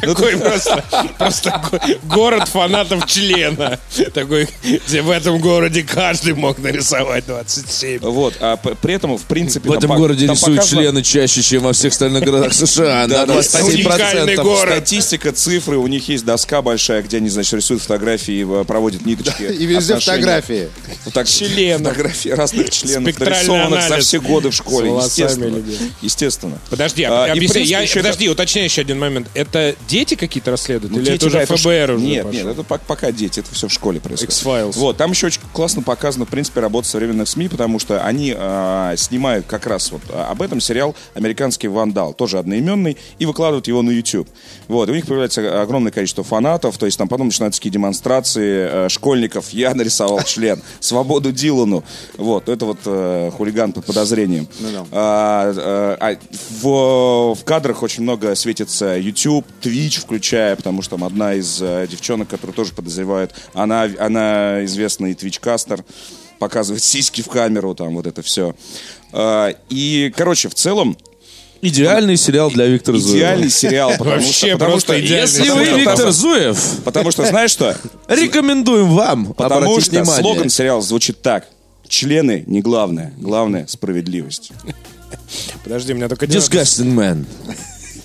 S4: Такой просто, просто го- город фанатов члена. Такой, где в этом городе каждый мог нарисовать 27.
S1: Вот, а п- при этом, в принципе...
S3: В
S1: там
S3: этом
S1: пок-
S3: городе
S1: там
S3: рисуют
S1: показано-
S3: члены чаще, чем во всех остальных городах США. На
S1: да,
S3: 27%.
S4: уникальный город.
S1: Статистика, цифры, у них есть доска большая, где они, значит, рисуют фотографии, э, проводят ниточки.
S2: И везде
S1: отношения.
S2: фотографии.
S1: Вот так,
S4: Членов.
S1: Фотографии разных членов,
S4: Спектральный
S1: нарисованных за
S4: анализ.
S1: все годы в школе,
S4: С волосами
S1: естественно.
S4: людей.
S1: Естественно.
S4: Подожди,
S1: А,
S4: а,
S1: и в
S4: объясни,
S1: принципе,
S4: я,
S3: еще это-
S4: Подожди, уточняй еще один момент. Это дети какие-то расследуют?
S3: Ну,
S4: Или
S3: дети,
S4: это уже
S3: да,
S4: ФБР
S3: ш-
S4: уже
S3: Нет,
S4: пошло?
S3: нет, это пок- пока дети, это все в школе происходит.
S4: X-Files.
S3: Вот, там еще очень классно показана, в принципе, работа современных СМИ, потому что они а, снимают как раз вот а, об этом сериал «Американский вандал», тоже одноименный, и выкладывают его на YouTube. Вот, и у них появляется огромное количество фанатов, то есть там потом начинаются такие демонстрации э, школьников. Я нарисовал член, свободу Дилану. Вот, это вот э, хулиган под подозрением. А, э, а, в, в кадрах очень много светится YouTube, Twitch включая, потому что там одна из э, девчонок, которую тоже подозревают, она, она известный твичкастер, показывает сиськи в камеру, там вот это все. и, короче, в целом
S1: Идеальный сериал для Виктора
S3: идеальный сериал, потому
S4: Вообще
S3: что... потому
S4: просто
S3: что-
S4: идеальный
S1: Если
S3: потому
S1: вы
S3: что-
S1: Виктор
S3: потому-
S1: Зуев,
S3: Потому что, знаешь что?
S1: рекомендуем вам
S3: Потому
S1: обратить
S3: что
S1: внимание.
S3: слоган сериала звучит так. Члены не главное, главное справедливость.
S4: Подожди, у меня только один вопрос.
S1: Disgusting Man.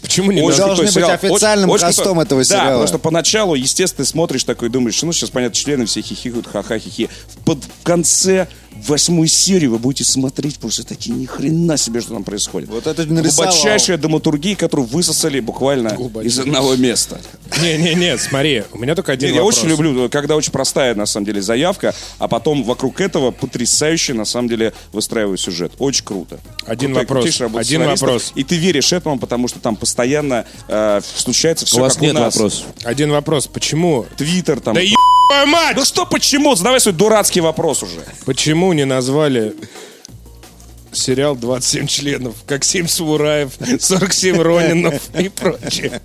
S4: Почему не
S3: Очень
S4: надо?
S2: должны
S3: крутой
S2: быть
S3: сериал.
S2: официальным кастом
S3: крутой.
S2: этого сериала.
S3: Да, потому что поначалу, естественно, ты смотришь такой, думаешь, ну сейчас, понятно, члены все хихикают, ха-ха, хихи. Под в конце восьмой серии вы будете смотреть просто такие, ни хрена себе, что там происходит.
S2: Вот это нарисовал.
S3: Глубочайшая драматургия, которую высосали буквально из одного места.
S4: Не-не-не, смотри, у меня только один
S3: Нет, я
S4: вопрос.
S3: очень люблю, когда очень простая, на самом деле, заявка, а потом вокруг этого потрясающе, на самом деле, выстраиваю сюжет. Очень круто.
S4: Один
S3: Крутая-
S4: вопрос,
S3: крутейшая работа
S4: один
S3: сценаристов.
S4: вопрос.
S3: И ты веришь этому, потому что там постоянно э, случается все,
S1: У вас
S3: как
S1: нет
S3: у нас.
S1: вопросов.
S4: Один вопрос, почему?
S3: Твиттер там.
S4: Да
S3: Ну,
S4: ебаная мать!
S3: ну что, почему? Задавай свой дурацкий вопрос уже.
S4: Почему не назвали сериал «27 членов», как 7 самураев, 47 Ронинов и прочее.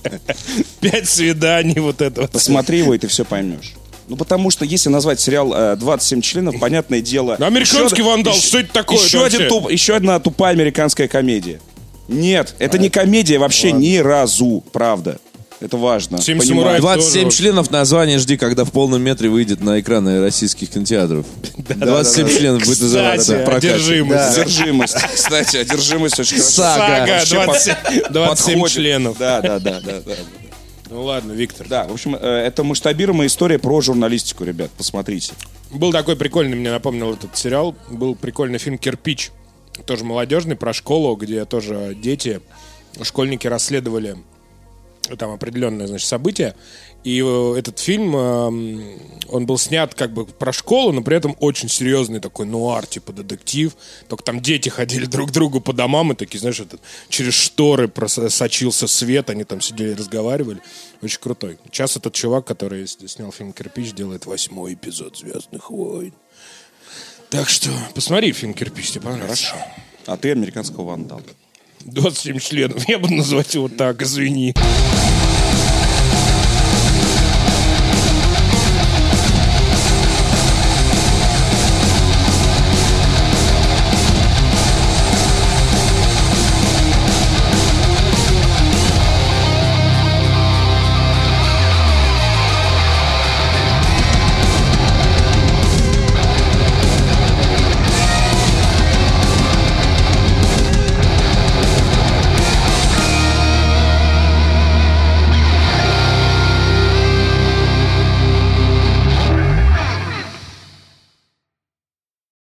S4: Пять свиданий вот этого.
S3: Посмотри его, и ты все поймешь. Ну, потому что если назвать сериал э, 27 членов, понятное дело...
S4: Да американский
S3: еще-
S4: вандал,
S3: еще-
S4: что это такое
S3: Еще,
S4: вообще?
S3: один туп- еще одна тупая американская комедия. Нет, это не комедия вообще ни разу, правда. Это важно.
S4: «Семь
S3: понимать.
S4: самураев» тоже
S1: 27
S4: вообще.
S1: членов название жди, когда в полном метре выйдет на экраны российских кинотеатров. 27 членов будет называться.
S4: Кстати,
S1: да, прокат.
S4: одержимость.
S3: Одержимость. Кстати, одержимость очень хорошо.
S4: Сага, 27,
S3: подходит.
S4: членов.
S3: Да, да, да, да, да.
S4: Ну ладно, Виктор.
S3: Да, в общем, э, это масштабируемая история про журналистику, ребят. Посмотрите.
S4: Был такой прикольный, мне напомнил этот сериал. Был прикольный фильм «Кирпич». Тоже молодежный, про школу, где тоже дети, школьники расследовали там определенное, значит, событие. И э, этот фильм, эм, он был снят как бы про школу, но при этом очень серьезный такой нуар, типа детектив. Только там дети ходили друг к другу по домам и такие, знаешь, этот, через шторы прос- сочился свет, они там сидели и разговаривали. Очень крутой. Сейчас этот чувак, который с- снял фильм «Кирпич», делает восьмой эпизод «Звездных войн». Так что посмотри фильм «Кирпич», тебе понравится.
S3: А ты американского вандала.
S4: 27 членов. Я буду называть его так, извини.